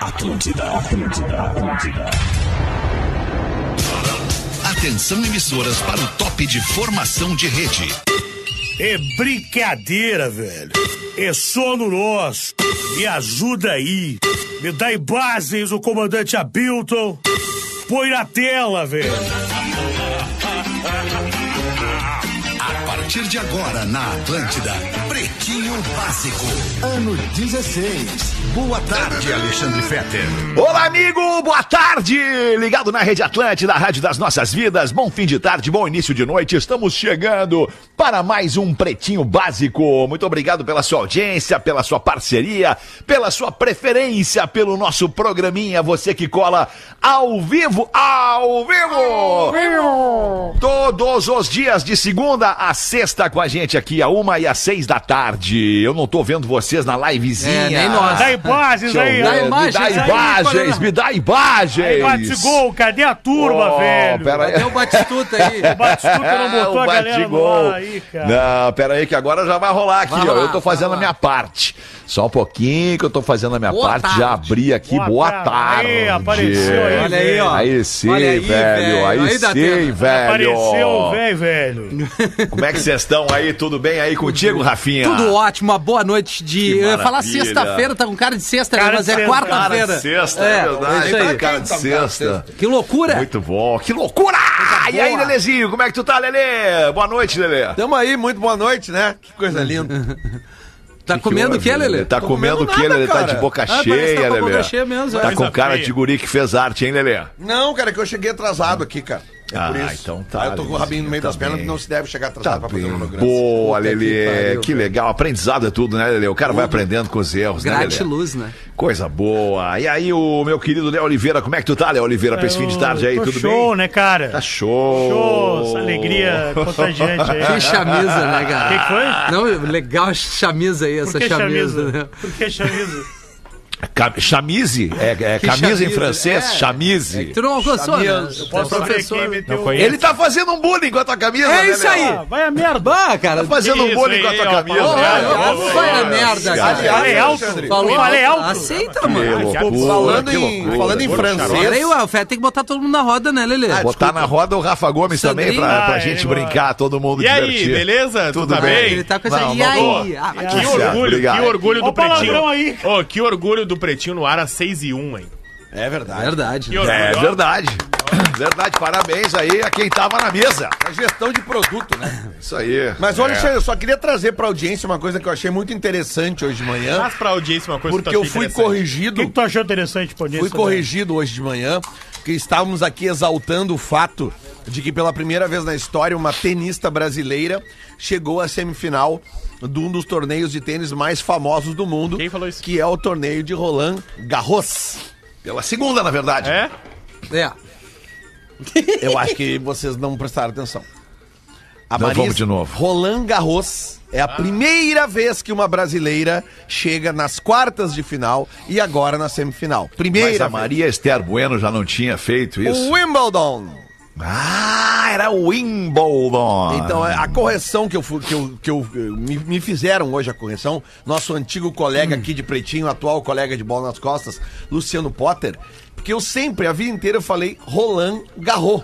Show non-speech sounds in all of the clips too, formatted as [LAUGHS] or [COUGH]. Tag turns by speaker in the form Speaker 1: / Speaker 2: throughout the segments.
Speaker 1: Atlântida, Atlântida, Atlântida.
Speaker 2: Atenção emissoras para o top de formação de rede.
Speaker 3: É brincadeira, velho. É sono nosso. Me ajuda aí. Me dá em bases o comandante Abilton. Põe na tela, velho.
Speaker 2: A partir de agora na Atlântida, Pretinho Básico, ano 16. Boa tarde, Alexandre Fetter.
Speaker 4: Olá, amigo, boa tarde! Ligado na Rede Atlântida, a Rádio das Nossas Vidas. Bom fim de tarde, bom início de noite. Estamos chegando para mais um Pretinho Básico. Muito obrigado pela sua audiência, pela sua parceria, pela sua preferência pelo nosso programinha. Você que cola ao vivo, ao vivo! Todos os dias, de segunda a sexta, com a gente aqui, a uma e às seis da tarde. Eu não tô vendo vocês na livezinha.
Speaker 5: É, nem nós.
Speaker 3: Dá em bases
Speaker 4: Deixa
Speaker 3: aí,
Speaker 4: eu
Speaker 5: Dá
Speaker 4: ver.
Speaker 3: ó.
Speaker 4: Me
Speaker 5: imagens
Speaker 4: dá
Speaker 5: aí,
Speaker 4: imagens,
Speaker 5: Paraná.
Speaker 4: me dá
Speaker 3: Aí,
Speaker 4: imagens.
Speaker 3: Batigol, cadê a turma,
Speaker 4: Oh,
Speaker 3: velho?
Speaker 4: pera aí.
Speaker 5: Cadê É o Batistuta aí?
Speaker 3: O
Speaker 4: [LAUGHS]
Speaker 3: Batistuta não botou
Speaker 4: Ah,
Speaker 3: a
Speaker 4: o
Speaker 3: galera no
Speaker 4: Batigol.
Speaker 3: ar aí, cara.
Speaker 4: Não, pera aí que agora já vai rolar aqui,
Speaker 5: Vai
Speaker 4: ó.
Speaker 5: lá,
Speaker 4: eu tô
Speaker 5: vai
Speaker 4: fazendo a
Speaker 5: lá.
Speaker 4: minha parte. Só um pouquinho que eu tô fazendo a minha
Speaker 5: Boa
Speaker 4: parte.
Speaker 5: tarde.
Speaker 4: Já abri aqui. Boa,
Speaker 3: Boa
Speaker 4: tarde.
Speaker 3: tarde. Aí, apareceu aí,
Speaker 5: Olha aí, ó.
Speaker 4: É. Aí sim,
Speaker 5: Olha aí,
Speaker 4: velho.
Speaker 5: velho.
Speaker 4: Aí,
Speaker 5: Aí dá
Speaker 4: sim,
Speaker 5: tempo.
Speaker 4: velho.
Speaker 3: Apareceu, velho, velho.
Speaker 4: Como é que vocês estão aí? Tudo bem aí contigo, Rafinha?
Speaker 5: Tudo ótimo, uma boa noite de.
Speaker 4: Que
Speaker 5: Eu ia falar
Speaker 4: maravilha.
Speaker 5: sexta-feira, tá com cara de sexta, né?
Speaker 3: Cara de
Speaker 5: mas é
Speaker 3: sexta.
Speaker 4: Cara,
Speaker 5: quarta-feira.
Speaker 4: de sexta, é, verdade.
Speaker 5: isso aí.
Speaker 4: Cara de sexta.
Speaker 5: Que loucura!
Speaker 4: Muito bom. Que loucura! E aí,
Speaker 5: boa.
Speaker 4: Lelezinho, como é que tu tá, Lele? Boa noite, Lele.
Speaker 6: Tamo aí, muito boa noite, né? Que coisa linda.
Speaker 4: [LAUGHS]
Speaker 5: tá comendo o que, Lelê?
Speaker 4: Tá
Speaker 6: Tô
Speaker 4: comendo o
Speaker 6: comendo
Speaker 4: que,
Speaker 6: nada,
Speaker 4: Lelê? Tá
Speaker 6: cara.
Speaker 4: de boca
Speaker 5: Ah, parece que
Speaker 4: cheia,
Speaker 5: tá com a boca
Speaker 4: Lelê.
Speaker 5: cheia mesmo,
Speaker 4: Tá
Speaker 5: é.
Speaker 4: com cara
Speaker 3: feia.
Speaker 4: de guri que fez arte, hein, Lelê?
Speaker 6: Não, cara, é que eu cheguei atrasado aqui, cara. É
Speaker 4: Ah,
Speaker 6: por isso.
Speaker 4: então tá,
Speaker 6: eu tô com o rabinho no meio das pernas, porque não se deve chegar atrasado pra fazer um programa.
Speaker 4: Boa,
Speaker 6: Puta que
Speaker 4: Lelê.
Speaker 6: pariu,
Speaker 4: Que legal. Aprendizado é tudo, né, Lelê? O cara vai aprendendo com os erros, né, Lelê?
Speaker 5: Gratiluz, né?
Speaker 4: Coisa boa. E aí, o meu querido Léo Oliveira, como é que tu tá, Léo Oliveira, pra esse fim de tarde
Speaker 5: Ah,
Speaker 4: aí?
Speaker 3: Tô
Speaker 4: Tudo
Speaker 3: show,
Speaker 4: bem?
Speaker 3: né, cara?
Speaker 4: Tá show.
Speaker 3: Show, essa alegria contagiante
Speaker 4: [LAUGHS]
Speaker 3: aí.
Speaker 5: Que chamisa, né, cara?
Speaker 3: Que que foi?
Speaker 5: Não, legal a chamisa aí, essa
Speaker 3: Por que
Speaker 5: chamisa.
Speaker 3: chamisa?
Speaker 5: né?
Speaker 3: Por que chamisa?
Speaker 4: Ca- Chamise? É, é
Speaker 5: Que
Speaker 4: camisa em
Speaker 5: chamise,
Speaker 4: francês?
Speaker 5: é.
Speaker 4: Chamise.
Speaker 5: Tu não alcançou, né?
Speaker 3: Eu posso ver quem meteu...
Speaker 4: Ele tá fazendo um bullying com a tua camisa,
Speaker 5: É
Speaker 4: né,
Speaker 5: isso
Speaker 4: Léo?
Speaker 5: aí.
Speaker 3: Ah, vai a merda.
Speaker 5: Bah, cara.
Speaker 4: Tá fazendo um
Speaker 3: Isso
Speaker 4: bullying com a
Speaker 3: aí,
Speaker 4: tua
Speaker 3: ó,
Speaker 4: camisa. né?
Speaker 3: falou,
Speaker 4: cara.
Speaker 3: ó,
Speaker 4: Ô,
Speaker 5: vai a
Speaker 4: cara. Cara,
Speaker 5: merda,
Speaker 7: É
Speaker 5: cara.
Speaker 3: Falei É alto.
Speaker 6: Alexandre.
Speaker 3: Eu Falei alto.
Speaker 5: Aceita,
Speaker 4: Que
Speaker 5: mano.
Speaker 4: loucura,
Speaker 6: Falando
Speaker 4: que
Speaker 6: em-
Speaker 4: loucura.
Speaker 6: falando em francês.
Speaker 5: Olha aí, o Fé tem que botar todo mundo na roda, né, Lelê?
Speaker 4: Botar na roda o Rafa Gomes
Speaker 5: Sandrinho.
Speaker 4: também pra, pra
Speaker 3: Ah,
Speaker 4: gente
Speaker 3: ele
Speaker 4: brincar, todo mundo
Speaker 7: E aí,
Speaker 4: divertir.
Speaker 7: beleza?
Speaker 4: Tudo
Speaker 7: tá
Speaker 4: bem?
Speaker 5: Ele tá com essa.
Speaker 4: Não,
Speaker 5: e
Speaker 4: não
Speaker 5: aí? Ah,
Speaker 7: Que
Speaker 4: Tá certo,
Speaker 7: orgulho,
Speaker 4: obrigado.
Speaker 7: que orgulho
Speaker 3: Ó o
Speaker 7: do Pretinho.
Speaker 3: palavrão aí,
Speaker 7: Ô, que orgulho do Pretinho no ar às 6 e 1, hein?
Speaker 6: É verdade.
Speaker 5: Verdade.
Speaker 7: Que orgulho.
Speaker 4: É
Speaker 7: ó.
Speaker 4: verdade. É Verdade, parabéns aí a quem tava na mesa. É
Speaker 6: É gestão de produto, né?
Speaker 4: Isso aí.
Speaker 6: Mas olha,
Speaker 4: É.
Speaker 6: Alexandre, eu só queria trazer pra audiência uma coisa que eu achei muito interessante hoje de manhã,
Speaker 7: Traz pra audiência uma coisa
Speaker 6: porque
Speaker 7: que tu
Speaker 6: eu
Speaker 7: achou
Speaker 6: fui
Speaker 7: interessante.
Speaker 3: O que, que
Speaker 6: corrigido.
Speaker 3: tu achou interessante, pô, nisso?
Speaker 6: Fui corrigido hoje de manhã, que estávamos aqui exaltando o fato de que pela primeira vez na história uma tenista brasileira chegou à semifinal de um dos torneios de tênis mais famosos do mundo,
Speaker 7: Quem falou isso?
Speaker 6: que é o torneio de Roland Garros.
Speaker 4: Pela segunda, na verdade.
Speaker 7: É?
Speaker 5: É.
Speaker 6: Eu acho
Speaker 7: [LAUGHS]
Speaker 6: que vocês não prestaram atenção. A
Speaker 4: Não,
Speaker 6: Marisa-
Speaker 4: vamos de novo.
Speaker 6: Roland Garros é a
Speaker 7: Ah.
Speaker 6: primeira vez que uma brasileira chega nas quartas de final e agora na semifinal.
Speaker 4: Mas
Speaker 6: Primeira
Speaker 4: a
Speaker 6: Maria.
Speaker 4: Maria Esther Bueno já não tinha feito isso.
Speaker 6: O Wimbledon.
Speaker 4: Ah, era o Wimbledon.
Speaker 6: Então,
Speaker 5: Ah.
Speaker 6: a correção que eu fu- que eu, que eu me, me fizeram hoje a correção, nosso antigo colega
Speaker 5: Hum.
Speaker 6: aqui de Pretinho, atual colega de bola nas costas, Luciano Potter, porque eu sempre a vida inteira eu falei Roland Garros.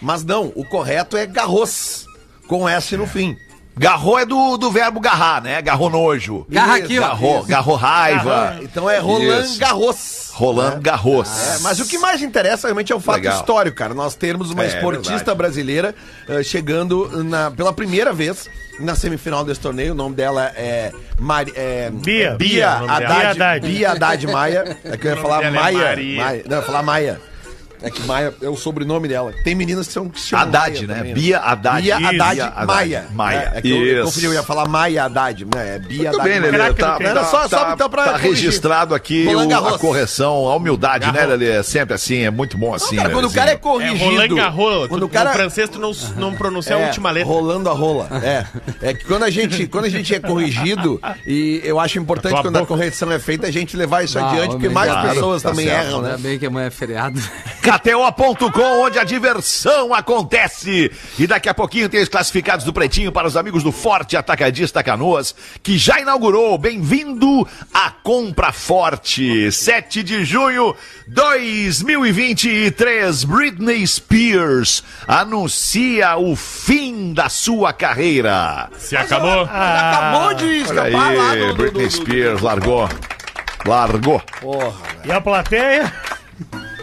Speaker 6: Mas não, o correto é Garros, com S no fim.
Speaker 4: Garrou é do, do verbo garrar, né? Garrou nojo.
Speaker 5: Garra aqui, ó.
Speaker 4: Garrou, garrou raiva.
Speaker 3: Garrou.
Speaker 6: Então é Roland
Speaker 4: Isso.
Speaker 6: Garros.
Speaker 4: Rolando garros.
Speaker 6: É, mas o que mais interessa realmente é o fato
Speaker 4: Legal.
Speaker 6: histórico, cara. Nós termos uma
Speaker 4: É,
Speaker 6: esportista
Speaker 4: verdade.
Speaker 6: brasileira eh, chegando na- pela primeira vez na semifinal desse torneio. O nome dela é, Mari, é-
Speaker 3: Bia.
Speaker 6: é
Speaker 3: Bia, o nome
Speaker 6: Haddad,
Speaker 3: dela.
Speaker 6: Bia,
Speaker 3: Bia Haddad.
Speaker 6: Haddad. Maia. É que eu ia
Speaker 7: nome
Speaker 6: falar
Speaker 7: dela é
Speaker 6: Maia,
Speaker 7: Maria.
Speaker 6: Maia. Não, eu ia falar Maia. É que Maia é o sobrenome dela. Tem meninas que são que se chamam
Speaker 4: Haddad,
Speaker 6: Maia
Speaker 4: né?
Speaker 6: também,
Speaker 4: Bia Haddad.
Speaker 6: Bia
Speaker 4: Isso.
Speaker 6: Haddad,
Speaker 4: Bia Haddad.
Speaker 6: Maia.
Speaker 4: Maia.
Speaker 6: É, é que eu, eu
Speaker 4: Isso.
Speaker 6: confundi, eu ia falar Maia Haddad. Né? É Bia
Speaker 4: Tudo bem,
Speaker 6: Haddad.
Speaker 4: Lelê.
Speaker 3: Craque do
Speaker 4: Tá,
Speaker 3: crime.
Speaker 4: tá,
Speaker 6: Só- só
Speaker 4: tá-
Speaker 6: então pra
Speaker 4: tá
Speaker 6: corrigir.
Speaker 4: registrado aqui
Speaker 6: Roland
Speaker 4: o- a
Speaker 6: Garros.
Speaker 4: correção, a humildade, né, Lelê? É Sempre assim, é muito bom assim.
Speaker 6: Não, cara, quando o
Speaker 4: Lelezinho.
Speaker 6: cara é
Speaker 7: É
Speaker 6: corrigido.
Speaker 7: Roland Garros.
Speaker 6: Quando
Speaker 7: Tu,
Speaker 6: o cara.
Speaker 7: No francês tu não, não pronuncia a
Speaker 6: É,
Speaker 7: última letra.
Speaker 6: Rolando a rola. É. É que quando a gente, quando a gente é corrigido, e eu acho importante
Speaker 7: Tua
Speaker 6: quando a
Speaker 7: boca.
Speaker 6: correção é feita, a gente levar isso
Speaker 5: Ah,
Speaker 6: adiante,
Speaker 5: homem,
Speaker 6: porque mais
Speaker 5: claro,
Speaker 6: pessoas
Speaker 4: tá
Speaker 6: também
Speaker 4: certo,
Speaker 6: erram,
Speaker 5: Ainda
Speaker 6: né?
Speaker 5: bem que amanhã é feriado.
Speaker 4: KTO.com, onde a diversão acontece. E daqui a pouquinho tem os classificados do Pretinho para os amigos do Forte Atacadista Canoas, que já inaugurou. Bem-vindo à Compra Forte. 7 de junho 2023, Britney Spears anuncia o fim da sua carreira.
Speaker 7: Se acabou.
Speaker 3: Ah,
Speaker 6: Ela acabou de
Speaker 4: Olha
Speaker 6: escapar lá
Speaker 4: aí,
Speaker 6: do- do-
Speaker 4: Britney
Speaker 6: do-
Speaker 4: Spears largou. Largou.
Speaker 3: E a plateia?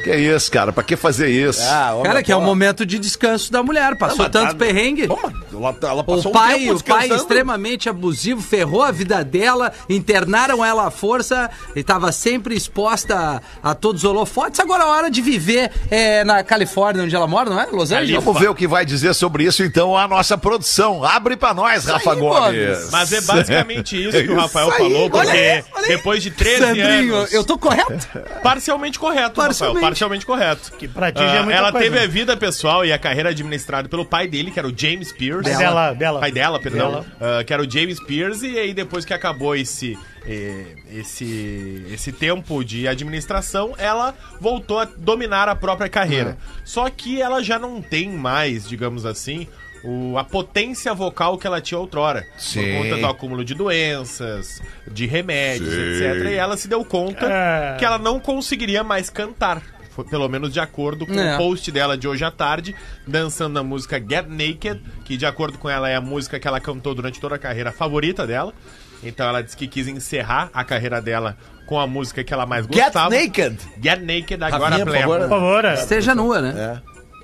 Speaker 4: Que é isso, cara? Pra que fazer isso?
Speaker 6: Ah, olha,
Speaker 5: Cara, que é o
Speaker 6: pô.
Speaker 5: momento de descanso da mulher. Passou tanto
Speaker 7: tá-
Speaker 5: perrengue.
Speaker 6: Pô, mas Ela, tá- ela passou
Speaker 5: O pai,
Speaker 6: um tempo
Speaker 5: o pai
Speaker 6: descansando.
Speaker 5: extremamente abusivo, ferrou a vida dela, internaram ela à força, e estava sempre exposta a, a todos os holofotes. Agora é hora de viver é, na Califórnia, onde ela mora, não é? Los Angeles?
Speaker 4: Vamos ver o que vai dizer sobre isso, então, a nossa produção. Abre pra nós, Rafa
Speaker 5: aí,
Speaker 4: Gomes.
Speaker 5: Gomes.
Speaker 7: Mas é basicamente
Speaker 5: [LAUGHS]
Speaker 7: isso que o Rafael
Speaker 4: aí,
Speaker 7: falou,
Speaker 4: olha
Speaker 7: porque
Speaker 5: É aí, olha aí.
Speaker 7: depois de 13
Speaker 5: Sandrinho,
Speaker 7: anos.
Speaker 5: eu tô correto? [LAUGHS]
Speaker 7: Parcialmente correto,
Speaker 5: Parcialmente.
Speaker 7: Rafael. Parcialmente correto.
Speaker 3: Que pra ti já é
Speaker 7: Ah,
Speaker 3: muita
Speaker 7: ela
Speaker 3: coisa.
Speaker 7: teve a vida pessoal e a carreira administrada pelo pai dele, que era o James Pierce.
Speaker 3: Pai dela, dela.
Speaker 7: Pai dela, perdão. Ah, que era o James Pierce. E aí, depois que acabou esse. eh, Esse, esse tempo de administração, ela voltou a dominar a própria carreira.
Speaker 3: É.
Speaker 7: Só que ela já não tem mais, digamos assim, o, a potência vocal que ela tinha outrora.
Speaker 4: Sim.
Speaker 7: Por conta do acúmulo de doenças, de remédios, etc. E ela se deu conta
Speaker 3: É.
Speaker 7: que ela não conseguiria mais cantar. Foi Pelo menos de acordo com
Speaker 5: É.
Speaker 7: o post dela de hoje à tarde, dançando a música Get Naked, que de acordo com ela é a música que ela cantou durante toda a carreira favorita dela. Então ela disse que quis encerrar a carreira dela com a música que ela mais
Speaker 6: Get
Speaker 7: gostava.
Speaker 6: Naked.
Speaker 7: Get Naked, agora
Speaker 6: Rafinha, por
Speaker 7: pleno.
Speaker 3: Por favor.
Speaker 5: Esteja nua, né?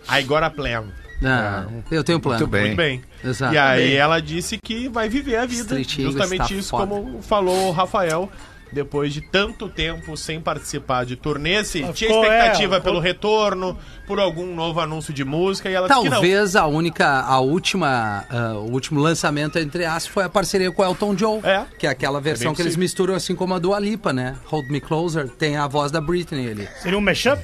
Speaker 7: Agora pleno.
Speaker 5: Ah,
Speaker 6: É.
Speaker 5: eu tenho um plano.
Speaker 4: Muito bem.
Speaker 7: Muito bem.
Speaker 5: Exato.
Speaker 7: E aí ela disse que vai viver a vida.
Speaker 5: Street Eagle
Speaker 7: justamente
Speaker 5: está
Speaker 7: isso,
Speaker 5: foda.
Speaker 7: como falou o Rafael, depois de tanto tempo sem participar de turnê, se
Speaker 3: Mas
Speaker 7: tinha
Speaker 3: qual é?
Speaker 7: expectativa
Speaker 3: Qual-
Speaker 7: pelo retorno, por algum novo anúncio de música, e ela disse que
Speaker 5: Talvez a única, a última, ah, o último lançamento entre as foi a parceria com o Elton John,
Speaker 7: É.
Speaker 5: que é aquela versão que eles
Speaker 7: possível.
Speaker 5: misturam assim como a do Alipa, né? Hold Me Closer tem a voz da Britney ali.
Speaker 3: Seria um mashup?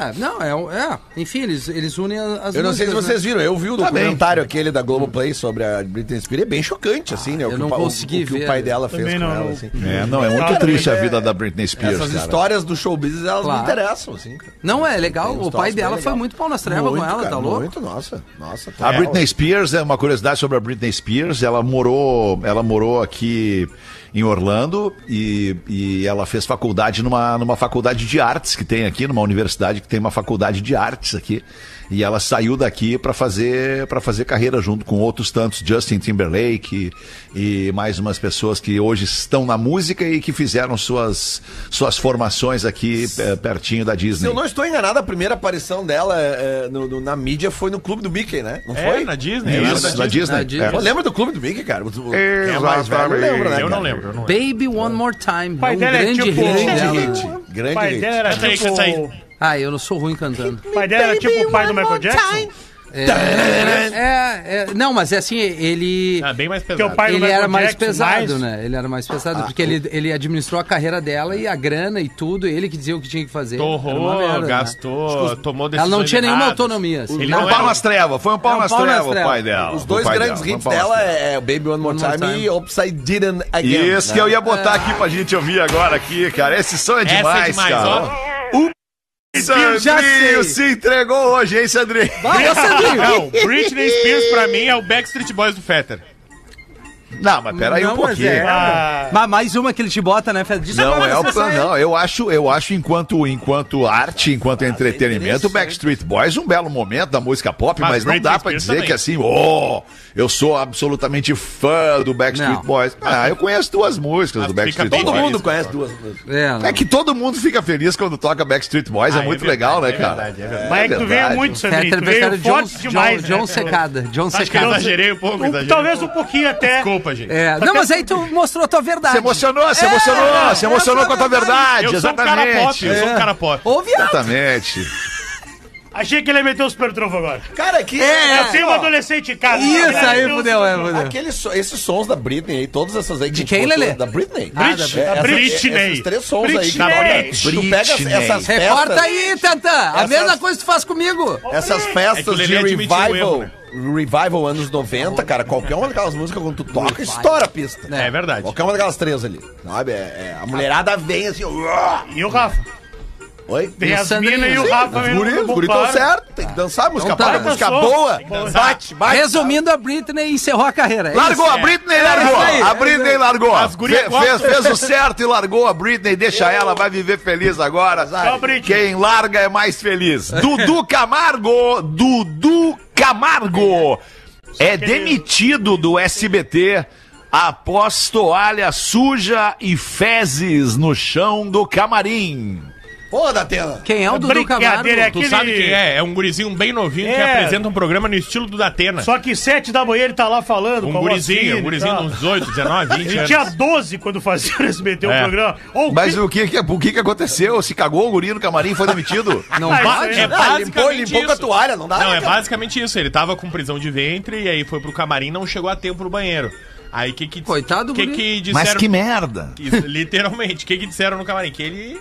Speaker 5: É, não, é, um- é. enfim, eles, eles unem as
Speaker 6: Eu não sei se
Speaker 5: músicas, né?
Speaker 6: vocês viram, eu vi o documentário aquele da Globoplay sobre a Britney Spears, é bem chocante, assim, né? o
Speaker 5: eu
Speaker 6: que
Speaker 5: não
Speaker 6: o, pa- o-
Speaker 5: consegui
Speaker 6: o que
Speaker 5: ver.
Speaker 6: o pai dela fez
Speaker 3: Também
Speaker 6: com
Speaker 3: não.
Speaker 6: ela, assim.
Speaker 4: É, não, é muito
Speaker 3: Cara,
Speaker 4: triste a
Speaker 6: é-
Speaker 4: vida da Britney Spears,
Speaker 6: Essas
Speaker 4: cara.
Speaker 6: histórias do show business, elas
Speaker 5: Claro.
Speaker 6: me interessam, assim. cara.
Speaker 5: Não, é legal,
Speaker 6: Tem
Speaker 5: o
Speaker 6: uns
Speaker 5: pai
Speaker 6: troços
Speaker 5: dela
Speaker 6: bem
Speaker 5: foi
Speaker 6: legal.
Speaker 5: muito pau nas trevas com
Speaker 6: Muito,
Speaker 5: ela,
Speaker 6: cara,
Speaker 5: tá louco?
Speaker 6: Muito, nossa, nossa.
Speaker 4: A
Speaker 6: tá-
Speaker 4: Britney Spears, é uma curiosidade sobre a Britney Spears, ela morou, ela morou aqui em Orlando e, e ela fez faculdade numa, numa faculdade de artes que tem aqui, numa universidade que tem uma faculdade de artes aqui. E ela saiu daqui para fazer para fazer carreira junto com outros tantos, Justin Timberlake e, e mais umas pessoas que hoje estão na música e que fizeram suas, suas formações aqui eh, pertinho da
Speaker 6: Se
Speaker 4: Disney.
Speaker 6: eu não estou enganado, a primeira aparição dela é, no- no- na mídia foi no Clube do Mickey, né? Não
Speaker 7: não. É,
Speaker 6: foi?
Speaker 7: na Disney. ela
Speaker 4: Isso,
Speaker 7: da
Speaker 4: na Disney.
Speaker 5: Na Disney.
Speaker 4: É.
Speaker 6: Eu lembro do Clube do Mickey, cara. O- o- Quem é mais velho, lembra, né,
Speaker 7: Eu
Speaker 6: cara?
Speaker 7: não lembro. eu não lembro.
Speaker 5: Baby One More Time,
Speaker 3: Pai
Speaker 5: é um
Speaker 3: dela é
Speaker 5: grande
Speaker 3: tipo-
Speaker 5: hit
Speaker 3: Grande
Speaker 5: dela.
Speaker 6: Grande hit. Grande
Speaker 3: pai
Speaker 6: hit.
Speaker 3: dela era
Speaker 7: Canta aí,
Speaker 3: tipo.
Speaker 7: canta aí.
Speaker 5: Ah, eu não sou ruim cantando.
Speaker 3: O pai dela era tipo o pai do Michael Jackson?
Speaker 5: É, é, é, não, mas é assim, ele...
Speaker 7: Ah, bem mais
Speaker 3: Porque
Speaker 7: pesado.
Speaker 3: é o pai do
Speaker 5: ele
Speaker 3: Michael
Speaker 5: era mais
Speaker 3: Jackson,
Speaker 5: pesado,
Speaker 3: mais- Ah,
Speaker 5: né? Ele era mais pesado, porque ele, ele administrou a carreira dela e a grana e tudo, ele que dizia o que tinha que fazer. Era uma
Speaker 7: Torrou,
Speaker 5: merda, né?
Speaker 7: gastou, tomou
Speaker 5: Ela
Speaker 7: decisões
Speaker 5: não tinha nenhuma
Speaker 7: erradas.
Speaker 5: autonomia. assim.
Speaker 7: Ele
Speaker 4: Não, É
Speaker 7: não é
Speaker 4: pau
Speaker 7: era...
Speaker 4: nas trevas, foi um pau
Speaker 5: É um
Speaker 4: nas
Speaker 5: pau nas
Speaker 4: trevas o
Speaker 5: trevas.
Speaker 4: pai dela.
Speaker 6: Os
Speaker 4: o
Speaker 6: dois
Speaker 4: pai
Speaker 6: grandes
Speaker 4: dela,
Speaker 6: hits
Speaker 4: foi um pau nas
Speaker 6: dela é Baby One More
Speaker 5: One More
Speaker 6: Time,
Speaker 5: Time.
Speaker 6: e Oops, I Didn't Again.
Speaker 4: Isso
Speaker 6: né?
Speaker 4: que eu ia botar aqui pra gente ouvir agora aqui, cara. Esse som é
Speaker 7: Essa
Speaker 4: demais,
Speaker 7: é demais,
Speaker 4: cara.
Speaker 7: ó.
Speaker 4: Sandrinho
Speaker 5: já sei.
Speaker 4: se entregou hoje, hein, Sandrinho? [LAUGHS]
Speaker 5: Vai, ô, Sandrinho!
Speaker 7: Não, Britney Spears pra mim é o Backstreet Boys do Fetter.
Speaker 4: Não, mas peraí
Speaker 5: Não,
Speaker 4: um
Speaker 5: mas
Speaker 4: pouquinho.
Speaker 5: é.
Speaker 3: Ah,
Speaker 5: Mas mais uma que ele te bota, né, Fed? Diz
Speaker 4: Não
Speaker 5: agora
Speaker 4: é o
Speaker 5: essa
Speaker 4: plan,
Speaker 5: saia.
Speaker 4: não. Eu acho, eu acho enquanto, enquanto arte, enquanto entretenimento, o Backstreet Boys um belo momento da música pop, mas,
Speaker 7: Mas
Speaker 4: não dá
Speaker 7: Britney
Speaker 4: pra
Speaker 7: Spears
Speaker 4: dizer
Speaker 7: também.
Speaker 4: que assim, oh, eu sou absolutamente fã do Backstreet
Speaker 5: Não.
Speaker 4: Boys. Ah, eu conheço duas músicas do
Speaker 7: Mas fica
Speaker 4: Backstreet
Speaker 7: bem
Speaker 6: Todo
Speaker 4: Boys.
Speaker 6: mundo conhece duas.
Speaker 5: É, não.
Speaker 4: É que todo mundo fica feliz quando toca Backstreet Boys, é
Speaker 7: Ah, é
Speaker 4: muito
Speaker 7: verdade,
Speaker 4: legal, né,
Speaker 7: é
Speaker 4: cara?
Speaker 7: verdade, é verdade.
Speaker 3: mas é que tu veio
Speaker 4: verdade.
Speaker 3: muito, Sandrinho.
Speaker 5: Fetter
Speaker 3: Tu veio
Speaker 5: Becker, John,
Speaker 3: forte demais.
Speaker 5: John, John
Speaker 3: né?
Speaker 5: Secada. John
Speaker 7: Acho que eu
Speaker 5: Secada.
Speaker 7: exagerei um pouco,
Speaker 3: Um-
Speaker 7: exagerei.
Speaker 3: talvez um pouquinho até.
Speaker 7: Desculpa, gente.
Speaker 5: É, não, mas aí tu mostrou a tua verdade.
Speaker 4: tá Se emocionou, se emocionou,
Speaker 5: É,
Speaker 4: se emocionou
Speaker 5: essa
Speaker 4: com a tua verdade,
Speaker 7: Eu sou um
Speaker 4: exatamente.
Speaker 7: cara pop, eu
Speaker 3: É.
Speaker 7: sou um cara pop.
Speaker 5: Ô,
Speaker 4: Tá.
Speaker 5: viado!
Speaker 4: Exatamente.
Speaker 3: Achei que ele ia meter o super trunfo agora.
Speaker 6: Cara, que.
Speaker 5: É,
Speaker 3: Eu tenho um
Speaker 6: ó,
Speaker 3: adolescente em casa.
Speaker 5: Isso
Speaker 3: Ele
Speaker 5: aí,
Speaker 3: meteu o
Speaker 5: fudeu, é,
Speaker 3: um super-
Speaker 5: fudeu.
Speaker 6: Aqueles, so- esses sons da Britney aí, todas essas aí que
Speaker 5: De
Speaker 6: a gente
Speaker 5: quem,
Speaker 6: botou,
Speaker 5: Lelê?
Speaker 6: Da Britney.
Speaker 5: Ah, da Brit-
Speaker 6: É, essa-
Speaker 3: Britney.
Speaker 6: Esses três sons aí. que-
Speaker 3: Britney.
Speaker 6: Olha, Tu pega
Speaker 4: Britney.
Speaker 6: essas
Speaker 5: Recorta
Speaker 6: festas,
Speaker 5: aí, Tantã. A
Speaker 6: Essas-
Speaker 5: mesma coisa que tu faz comigo.
Speaker 6: essas
Speaker 7: É que o
Speaker 6: festas de
Speaker 7: Lelê admitiu o erro,
Speaker 6: revival.
Speaker 7: né?
Speaker 6: Revival anos 90, cara, qualquer uma daquelas músicas quando tu toca, estoura a pista.
Speaker 7: É verdade.
Speaker 6: Qualquer uma daquelas três ali. Sabe? É- é, a mulherada vem assim. uá!
Speaker 3: E o Rafa?
Speaker 6: Oi?
Speaker 3: Tem
Speaker 5: E o
Speaker 3: as
Speaker 5: Sandrinho,
Speaker 3: minas e o
Speaker 5: sim.
Speaker 3: Rafa
Speaker 6: Os
Speaker 3: mesmo,
Speaker 6: guris,
Speaker 3: não
Speaker 6: os guris tão
Speaker 3: bombaram.
Speaker 6: certo, tem que dançar, música
Speaker 5: Então tá.
Speaker 6: para, música
Speaker 3: Dançou.
Speaker 6: boa.
Speaker 3: Tem que dançar.
Speaker 6: Bate,
Speaker 4: tá.
Speaker 6: bate.
Speaker 5: Resumindo, a Britney encerrou a carreira. é isso?
Speaker 4: Largou, a Britney largou.
Speaker 5: isso aí,
Speaker 4: a
Speaker 5: é
Speaker 4: Britney largou.
Speaker 7: As gurias
Speaker 4: Fe-
Speaker 7: gostam.
Speaker 4: fez, fez o certo e largou a Britney. Deixa ela, vai viver feliz agora.
Speaker 3: Tchau, Britney.
Speaker 4: Quem larga é mais
Speaker 5: [LAUGHS]
Speaker 4: feliz. Dudu Camargo. Dudu Camargo. É demitido do SBT após toalha suja e fezes no chão do camarim.
Speaker 6: Pô, da tela.
Speaker 5: Quem é o Dudu Camargo?
Speaker 3: Brincadeira, é
Speaker 7: Tu
Speaker 3: aquele...
Speaker 7: sabe quem é? É um gurizinho bem novinho que
Speaker 3: É.
Speaker 7: apresenta um programa no estilo do Datena.
Speaker 3: Só que sete da manhã ele tá lá falando
Speaker 7: Um
Speaker 3: com a
Speaker 7: gurizinho,
Speaker 3: vozinha
Speaker 7: um
Speaker 3: e
Speaker 7: gurizinho de
Speaker 3: tal.
Speaker 7: uns 18, 19, 20
Speaker 3: tá. Ele
Speaker 7: anos.
Speaker 3: tinha 12 quando fazia [LAUGHS] o SBT o
Speaker 7: É.
Speaker 3: programa. Ou
Speaker 4: Mas o que, que- o que, que aconteceu? Se cagou o guri no camarim e foi
Speaker 5: [LAUGHS]
Speaker 4: demitido?
Speaker 5: Não
Speaker 3: Ah,
Speaker 5: pode?
Speaker 3: isso
Speaker 7: É
Speaker 3: aí.
Speaker 6: Ah, limpou,
Speaker 7: basicamente
Speaker 6: limpou com a
Speaker 7: isso.
Speaker 6: toalha, não dá?
Speaker 7: Não, é
Speaker 6: cara?
Speaker 7: basicamente isso. Ele tava com prisão de ventre e aí foi pro camarim, não chegou a tempo pro banheiro. Aí que que
Speaker 5: Coitado do
Speaker 7: que
Speaker 5: guri.
Speaker 7: que disseram?
Speaker 4: Mas que merda.
Speaker 7: Isso, literalmente, o que, que disseram no camarim? Que ele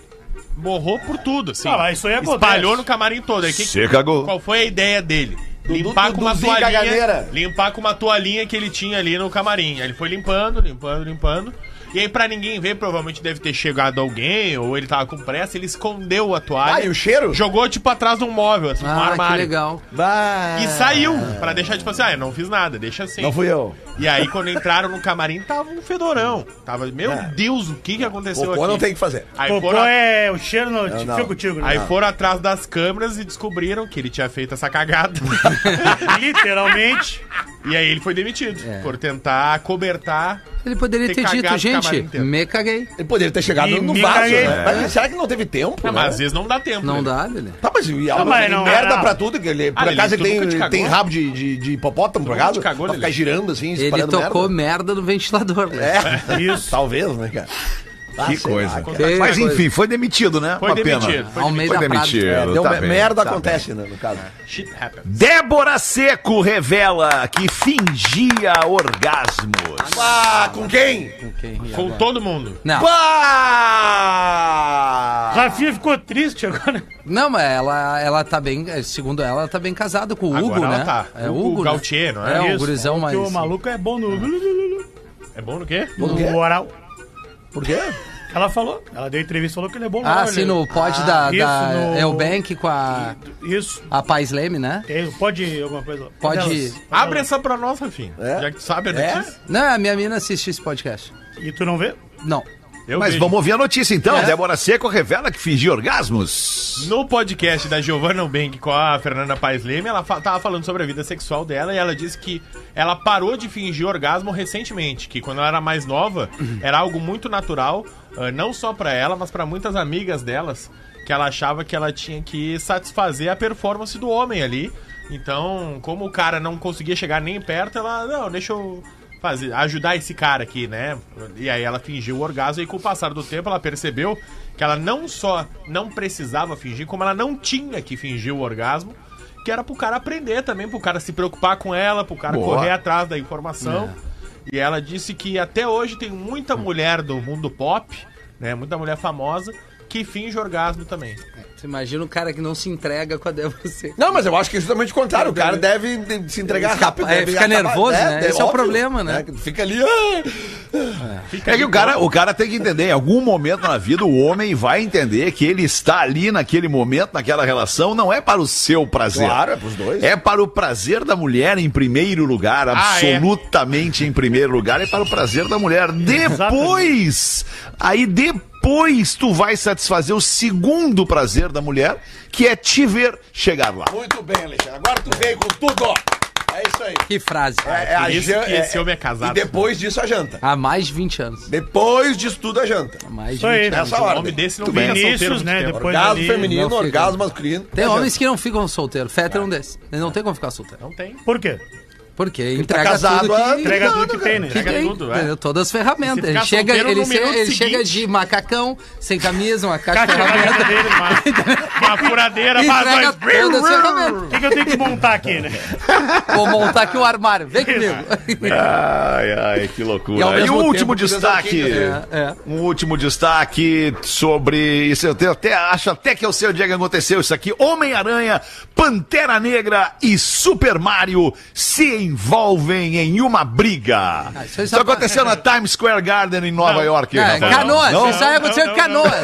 Speaker 7: borrou por tudo, assim.
Speaker 3: Ah, mas isso aí acontece.
Speaker 7: Espalhou no camarim todo. Aí, que,
Speaker 4: Você cagou.
Speaker 7: Qual foi a ideia dele?
Speaker 6: Dudu-
Speaker 7: limpar com uma
Speaker 6: Duduzinho
Speaker 7: toalhinha.
Speaker 6: caganeira.
Speaker 7: Limpar com uma toalhinha que ele tinha ali no camarim. Aí ele foi limpando, limpando, limpando. E aí, pra ninguém ver, provavelmente deve ter chegado alguém, ou ele tava com pressa, ele escondeu a toalha.
Speaker 6: Ah, e o cheiro?
Speaker 7: Jogou, tipo, atrás de um móvel, assim, um
Speaker 5: Ah,
Speaker 7: armário.
Speaker 5: que legal.
Speaker 6: Vai.
Speaker 7: E saiu, pra deixar, tipo assim, ah, eu não fiz nada, deixa assim.
Speaker 6: Não fui eu.
Speaker 7: E aí, quando entraram no camarim, tava um fedorão. Tava, meu
Speaker 6: É.
Speaker 7: Deus, o que que aconteceu
Speaker 6: Cocô
Speaker 7: aqui?
Speaker 6: não tem o que fazer.
Speaker 7: Aí
Speaker 3: Popô
Speaker 7: foram,
Speaker 3: é o cheiro, não,
Speaker 6: Não,
Speaker 3: fica
Speaker 6: não.
Speaker 3: contigo. né?
Speaker 7: aí foram atrás das câmeras e descobriram que ele tinha feito essa cagada.
Speaker 3: [LAUGHS] Literalmente.
Speaker 7: e aí ele foi demitido.
Speaker 6: É.
Speaker 7: Por tentar cobertar.
Speaker 5: Ele poderia
Speaker 7: Tem
Speaker 5: ter
Speaker 7: cagado
Speaker 5: dito,
Speaker 7: o camarim
Speaker 5: gente,
Speaker 7: inteiro.
Speaker 5: me caguei.
Speaker 6: Ele poderia ter chegado
Speaker 3: E
Speaker 6: no
Speaker 3: me
Speaker 6: vaso,
Speaker 3: caguei.
Speaker 6: né? Mas será que não teve tempo?
Speaker 7: Ah,
Speaker 6: né?
Speaker 7: Mas às vezes não dá tempo.
Speaker 5: Não
Speaker 7: né?
Speaker 5: dá, Lele.
Speaker 6: Tá, mas e ela
Speaker 3: Não, mas não,
Speaker 6: merda
Speaker 3: não.
Speaker 6: pra tudo, que ele, por
Speaker 7: Ah, Lelê,
Speaker 6: acaso
Speaker 7: tu
Speaker 6: ele
Speaker 7: nunca te
Speaker 6: tem,
Speaker 7: cagou?
Speaker 6: tem rabo de, de, de hipopótamo, por acaso?
Speaker 7: te cagou,
Speaker 6: Pra
Speaker 7: Lelê?
Speaker 6: ficar girando assim,
Speaker 5: Ele
Speaker 6: espalhando
Speaker 5: tocou merda no ventilador. né?
Speaker 6: merda. É, [LAUGHS]
Speaker 3: Isso.
Speaker 6: talvez, né, cara? Ah,
Speaker 4: Que
Speaker 6: sei
Speaker 4: coisa.
Speaker 6: lá, cara.
Speaker 5: Feia
Speaker 4: Mas
Speaker 5: coisa.
Speaker 4: enfim, foi demitido, né?
Speaker 7: Foi
Speaker 4: Uma pena.
Speaker 7: demitido, foi
Speaker 5: Almeida
Speaker 4: Foi
Speaker 5: Prado.
Speaker 4: demitido.
Speaker 6: É, deu
Speaker 4: tá
Speaker 6: me-
Speaker 4: bem,
Speaker 6: merda
Speaker 4: tá
Speaker 6: acontece, né, no caso.
Speaker 7: Shit happens.
Speaker 4: Débora Seco revela que fingia orgasmos.
Speaker 6: Ah, com quem?
Speaker 7: Com todo mundo.
Speaker 5: Não,
Speaker 6: Pá!
Speaker 3: Rafinha ficou triste agora.
Speaker 5: não, mas ela, ela tá bem, segundo ela, ela tá bem casada com o
Speaker 7: Agora
Speaker 5: Hugo,
Speaker 7: ela
Speaker 5: né?
Speaker 7: tá.
Speaker 5: É o
Speaker 7: Hugo
Speaker 5: Hugo, né?
Speaker 7: Gaultier, não é?
Speaker 5: É, o
Speaker 3: Isso,
Speaker 5: gurizão mais...
Speaker 3: Porque o maluco é bom no.
Speaker 7: É bom no quê?
Speaker 6: Por quê?
Speaker 3: no oral.
Speaker 6: Por quê?
Speaker 3: Ela falou, ela deu entrevista e falou que ele é bom no
Speaker 5: Ah,
Speaker 3: oral,
Speaker 5: sim,
Speaker 3: ele-
Speaker 5: no pod da,
Speaker 3: isso,
Speaker 5: da
Speaker 3: no-
Speaker 5: Elbank com a,
Speaker 3: Isso.
Speaker 5: a Paz Leme, né?
Speaker 3: É, Pode ir alguma coisa.
Speaker 5: Pode
Speaker 3: Delas.
Speaker 5: ir.
Speaker 7: Abre essa pra nós, Rafinha.
Speaker 6: É?
Speaker 7: Já que tu sabe a
Speaker 6: É?
Speaker 7: notícia.
Speaker 5: Não, a minha mina assiste esse podcast.
Speaker 3: E tu não vê?
Speaker 5: Não.
Speaker 7: Eu
Speaker 4: Mas
Speaker 7: vejo.
Speaker 4: vamos ouvir a notícia então.
Speaker 5: É.
Speaker 4: Débora Seco revela que fingia orgasmos.
Speaker 7: No podcast da Giovanna Bank com a Fernanda Paes Leme, ela fa tava falando sobre a vida sexual dela e ela disse que ela parou de fingir orgasmo recentemente, que quando ela era mais nova, era algo muito natural, ah, não só pra ela, mas pra muitas amigas delas, que ela achava que ela tinha que satisfazer a performance do homem ali. Então, como o cara não conseguia chegar nem perto, ela, não, deixa eu fazer, ajudar esse cara aqui, né? E aí ela fingiu o orgasmo e com o passar do tempo ela percebeu que ela não só não precisava fingir, como ela não tinha que fingir o orgasmo, que era pro cara aprender também, pro cara se preocupar com ela, pro cara
Speaker 4: Boa.
Speaker 7: correr atrás da informação. E ela disse que até hoje tem muita mulher do mundo pop, né? Muita mulher famosa que finge orgasmo também.
Speaker 5: Você imagina um cara que não se entrega com a Débora Seco.
Speaker 6: Não, mas eu acho que é justamente o contrário. O cara deve de- se entregar
Speaker 5: Escapa-
Speaker 6: rápido.
Speaker 5: é,
Speaker 6: deve
Speaker 5: fica nervoso, né? Esse é o problema, né?
Speaker 6: Fica ali. ah,
Speaker 7: Fica
Speaker 4: É que
Speaker 7: de
Speaker 4: o cara, o cara tem que entender, em algum momento na vida o homem vai entender que ele está ali naquele momento, naquela relação, não é para o seu prazer.
Speaker 6: Claro, é pros dois.
Speaker 4: É para o prazer da mulher em primeiro lugar,
Speaker 7: é.
Speaker 4: absolutamente em primeiro lugar, é para o prazer da mulher. Depois, aí depois tu vai satisfazer o segundo prazer da mulher, que é te ver chegar lá.
Speaker 6: Muito bem, Alexandre. Agora tu veio com tudo, ó. É isso aí.
Speaker 5: Que frase.
Speaker 6: É, é a
Speaker 7: Por isso
Speaker 6: jan-
Speaker 7: que esse homem é casado.
Speaker 6: E depois disso a janta.
Speaker 5: Há mais de 20 anos.
Speaker 6: Depois disso tudo a janta.
Speaker 5: Há mais de
Speaker 3: Isso aí.
Speaker 5: 20 anos.
Speaker 6: Essa
Speaker 7: O
Speaker 6: hora.
Speaker 7: nome Um desse não fica solteiro
Speaker 3: Vinícius,
Speaker 7: muito
Speaker 3: né?
Speaker 7: tempo.
Speaker 3: Depois
Speaker 6: Orgasmo
Speaker 3: ali.
Speaker 6: feminino,
Speaker 5: não fica.
Speaker 6: orgasmo masculino.
Speaker 5: Tem
Speaker 6: a
Speaker 5: homens
Speaker 6: janta.
Speaker 5: que não ficam solteiros. Fetter é um desses. Ele não tem como ficar solteiro.
Speaker 7: Não tem.
Speaker 3: Por quê?
Speaker 5: Porque
Speaker 6: tá
Speaker 5: entrega
Speaker 6: casado
Speaker 5: tudo
Speaker 6: há
Speaker 5: que...
Speaker 6: três
Speaker 3: Entrega tudo que tem, né?
Speaker 5: que
Speaker 7: Entrega
Speaker 5: tem,
Speaker 7: tudo, é.
Speaker 5: entendeu? Todas as ferramentas.
Speaker 7: E se
Speaker 5: Ele
Speaker 7: ficar
Speaker 5: chega,
Speaker 7: solteiro
Speaker 5: ele,
Speaker 7: no
Speaker 5: se-
Speaker 7: minuto
Speaker 5: ele
Speaker 7: seguinte-
Speaker 5: chega de macacão, sem camisa, uma caixa de
Speaker 3: Caixa
Speaker 5: ferramentas.
Speaker 3: dele, uma, uma furadeira,
Speaker 5: E entrega
Speaker 3: vazões.
Speaker 5: todas as
Speaker 3: O
Speaker 5: ferramentas.
Speaker 3: que, que eu tenho que montar aqui, né?
Speaker 5: Vou montar aqui o armário. Vem comigo.
Speaker 4: Ai, ai, que
Speaker 6: E ao
Speaker 4: loucura. E,
Speaker 6: mesmo
Speaker 4: o
Speaker 6: tempo,
Speaker 4: último
Speaker 6: criança
Speaker 4: destaque.
Speaker 5: pequena, né?
Speaker 4: Um último destaque sobre isso. Eu tenho até, acho até que eu sei onde é que aconteceu isso aqui. Homem-Aranha, Pantera Negra e Super Mario se envolvem em uma briga.
Speaker 5: Ah, isso aí
Speaker 4: isso
Speaker 5: só-
Speaker 4: aconteceu
Speaker 5: [LAUGHS]
Speaker 4: na Times Square Garden em Nova York.
Speaker 5: [LAUGHS] É,
Speaker 4: Rafael.
Speaker 5: canoas.
Speaker 4: Não?
Speaker 5: Isso aí aconteceu em
Speaker 7: não,
Speaker 5: canoas.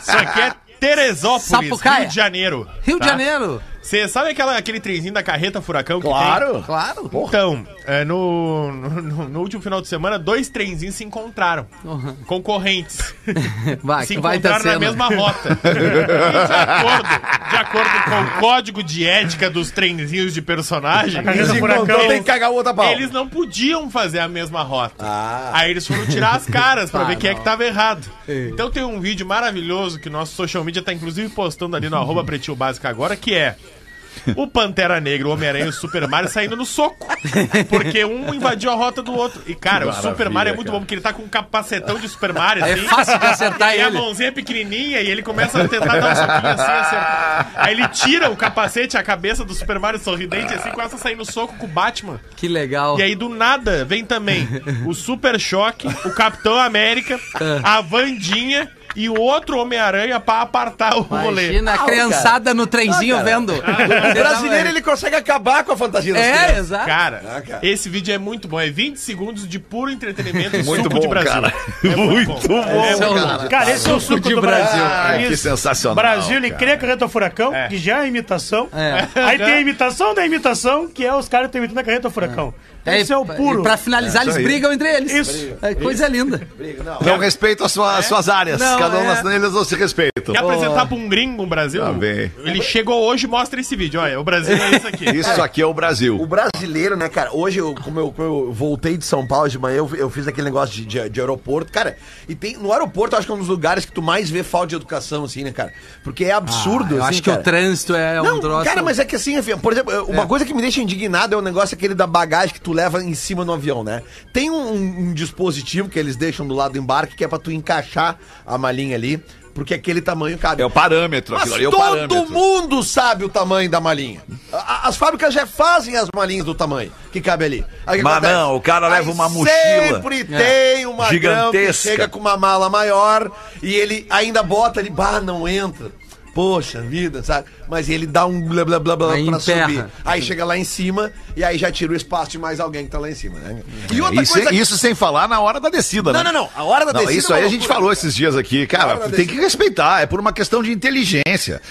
Speaker 7: Isso aqui é Teresópolis,
Speaker 5: Sapucaia.
Speaker 7: Rio de Janeiro.
Speaker 5: Rio de
Speaker 7: tá?
Speaker 5: Janeiro.
Speaker 7: Você sabe aquela, aquele trenzinho da carreta furacão que tem?
Speaker 6: Claro.
Speaker 5: Claro.
Speaker 7: Então, é, no, no, no último final de semana, dois trenzinhos se encontraram.
Speaker 5: [LAUGHS]
Speaker 7: Concorrentes.
Speaker 5: Vai,
Speaker 7: se
Speaker 5: Ah, que vai estar
Speaker 7: encontraram na
Speaker 5: sendo. [LAUGHS]
Speaker 7: mesma rota. E de, acordo, de acordo com o código de ética dos trenzinhos de personagem,
Speaker 3: Carreta
Speaker 6: Se
Speaker 3: Furacão.
Speaker 6: encontrou, tem que cagar outra pau.
Speaker 7: eles não podiam fazer a mesma rota.
Speaker 6: Ah.
Speaker 7: Aí eles foram tirar as caras pra
Speaker 5: [LAUGHS] Ah,
Speaker 7: ver quem é
Speaker 5: não.
Speaker 7: que tava errado. Então tem um vídeo maravilhoso que nosso social media tá inclusive postando ali no arroba Pretinho Básico agora, que é o Pantera Negra, o Homem-Aranha e o Super Mario saindo no soco. Porque um invadiu a rota do outro. E, cara, o Super Mario é muito bom, porque ele tá com um capacetão de Super Mario, assim.
Speaker 5: É fácil de acertar
Speaker 7: E a
Speaker 5: ele.
Speaker 7: mãozinha é pequenininha e ele começa a tentar dar um soquinho assim, acertar. Aí ele tira o capacete, a cabeça do Super Mario sorridente, assim, começa a sair no soco com o Batman.
Speaker 5: Que legal.
Speaker 7: E aí do nada vem também o Super Choque, o Capitão América,
Speaker 4: Ah.
Speaker 7: a Vandinha e o outro Homem-Aranha pra apartar o um rolê.
Speaker 5: Imagina a criançada no trenzinho vendo.
Speaker 6: O brasileiro, ele consegue acabar com a fantasia das
Speaker 5: É,
Speaker 6: crianças.
Speaker 5: exato.
Speaker 7: Cara,
Speaker 6: Ah, cara.
Speaker 7: esse vídeo é muito bom. É 20 segundos de puro entretenimento
Speaker 4: [LAUGHS]
Speaker 7: e
Speaker 4: Muito
Speaker 7: suco
Speaker 4: bom,
Speaker 7: de Brasil. [LAUGHS]
Speaker 4: cara.
Speaker 7: É muito,
Speaker 4: Muito
Speaker 7: bom.
Speaker 4: bom.
Speaker 7: É
Speaker 5: Esse é
Speaker 8: um
Speaker 5: o-
Speaker 7: muito bom.
Speaker 3: Cara, esse é o suco
Speaker 5: de
Speaker 3: do Brasil.
Speaker 4: Ah, que
Speaker 3: Isso.
Speaker 4: sensacional,
Speaker 3: Brasil, ele
Speaker 4: cara.
Speaker 3: cria a carreta furacão,
Speaker 7: É.
Speaker 3: que já é imitação.
Speaker 5: É.
Speaker 3: [LAUGHS] Aí tem a imitação da imitação, que é os caras que estão imitando a carreta furacão.
Speaker 5: É,
Speaker 3: Esse é o
Speaker 5: e-
Speaker 3: puro.
Speaker 5: E pra finalizar,
Speaker 4: isso
Speaker 5: eles
Speaker 4: aí.
Speaker 5: brigam entre eles.
Speaker 3: Isso.
Speaker 5: É, coisa linda.
Speaker 4: Não respeitam as sua- suas áreas.
Speaker 5: É? Não,
Speaker 4: Cada um
Speaker 5: é.
Speaker 4: nas deles não se respeitam.
Speaker 7: Quer apresentar pra um gringo um Brasil?
Speaker 4: Tá bem.
Speaker 7: Ele chegou hoje e mostra esse vídeo. Olha, o Brasil é isso aqui.
Speaker 4: [LAUGHS] Isso aqui é o
Speaker 6: O
Speaker 4: Brasil.
Speaker 6: brasileiro, né, cara? Hoje, eu, como, eu, como eu voltei de São Paulo de manhã, eu, eu fiz aquele negócio de, de- de aeroporto. Cara, e tem. No aeroporto, eu acho que é um dos lugares que tu mais vê falta de educação, assim, né, cara? Porque é absurdo,
Speaker 5: Ah, Eu
Speaker 6: assim,
Speaker 5: acho que
Speaker 6: cara.
Speaker 5: o trânsito é um
Speaker 6: Não,
Speaker 5: troço.
Speaker 6: cara, mas é que assim, enfim, por exemplo, eu- uma coisa que me deixa indignado é o negócio aquele da bagagem que tu leva em cima no avião, né? Tem um, um- um dispositivo que eles deixam do lado do embarque que é pra tu encaixar a malinha ali, porque aquele tamanho, cara.
Speaker 4: É o parâmetro.
Speaker 6: Mas
Speaker 4: Aquilo ali é o
Speaker 6: todo
Speaker 4: parâmetro.
Speaker 6: mundo sabe o tamanho da malinha. A- a- As fábricas já fazem as malinhas do tamanho que cabe ali. Aí o que
Speaker 4: Mas
Speaker 6: acontece?
Speaker 4: não, o cara leva uma É.
Speaker 6: Sempre tem uma magrão que
Speaker 4: Gigantesca.
Speaker 6: chega com uma mala maior e ele ainda bota ali, bah, não entra. Poxa vida, sabe? Mas ele dá um blá blá blá blá
Speaker 5: Aí
Speaker 6: pra
Speaker 5: emperra.
Speaker 6: subir. Aí chega lá em cima e aí já tira o espaço de mais alguém que tá lá em cima, né? E
Speaker 4: É, isso, isso sem falar na hora da descida,
Speaker 6: Não,
Speaker 4: né?
Speaker 6: não, não. A hora da
Speaker 4: Não,
Speaker 6: descida
Speaker 4: isso
Speaker 6: é
Speaker 4: aí
Speaker 6: uma
Speaker 4: a gente
Speaker 6: loucura.
Speaker 4: falou esses dias aqui. Cara,
Speaker 6: hora da
Speaker 4: tem que respeitar. É por uma questão de inteligência.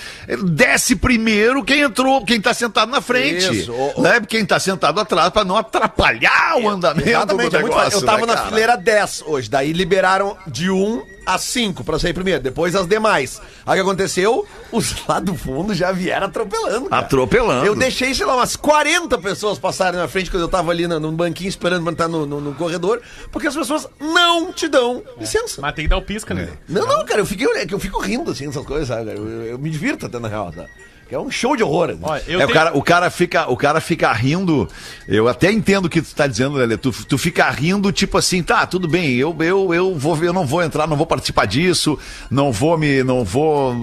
Speaker 4: Desce primeiro quem entrou, quem tá sentado na frente.
Speaker 6: Isso, o-
Speaker 4: Né? Quem tá sentado atrás pra não atrapalhar o andamento
Speaker 6: Exatamente,
Speaker 4: do
Speaker 6: é muito
Speaker 4: negócio.
Speaker 6: fácil. Eu tava
Speaker 4: né,
Speaker 6: na
Speaker 4: cara?
Speaker 6: fileira 10 hoje, daí liberaram de 1 a 5 pra sair primeiro, depois as demais. Aí o que aconteceu? Os [LAUGHS] lá do fundo já vieram atropelando. cara.
Speaker 4: Atropelando.
Speaker 6: Eu deixei, sei lá, umas 40 pessoas passarem na frente quando eu tava ali no, num banquinho esperando pra entrar no, no- no corredor, porque as pessoas não te dão licença.
Speaker 7: Mas tem que dar o pisca, né?
Speaker 6: Não, não, cara, eu, fiquei, é que eu fico rindo assim dessas coisas, sabe? cara? Eu, eu me divirto até na real, sabe? Que é um show de horror. né?
Speaker 7: Olha, eu
Speaker 4: é,
Speaker 7: tenho-
Speaker 4: o, cara, o, cara fica, o cara fica rindo. Eu até entendo o que tu tá dizendo, Lelê. Tu, tu fica rindo, tipo assim, tá, tudo bem, eu, eu, eu, vou, eu não vou entrar, não vou participar disso, não vou me. não vou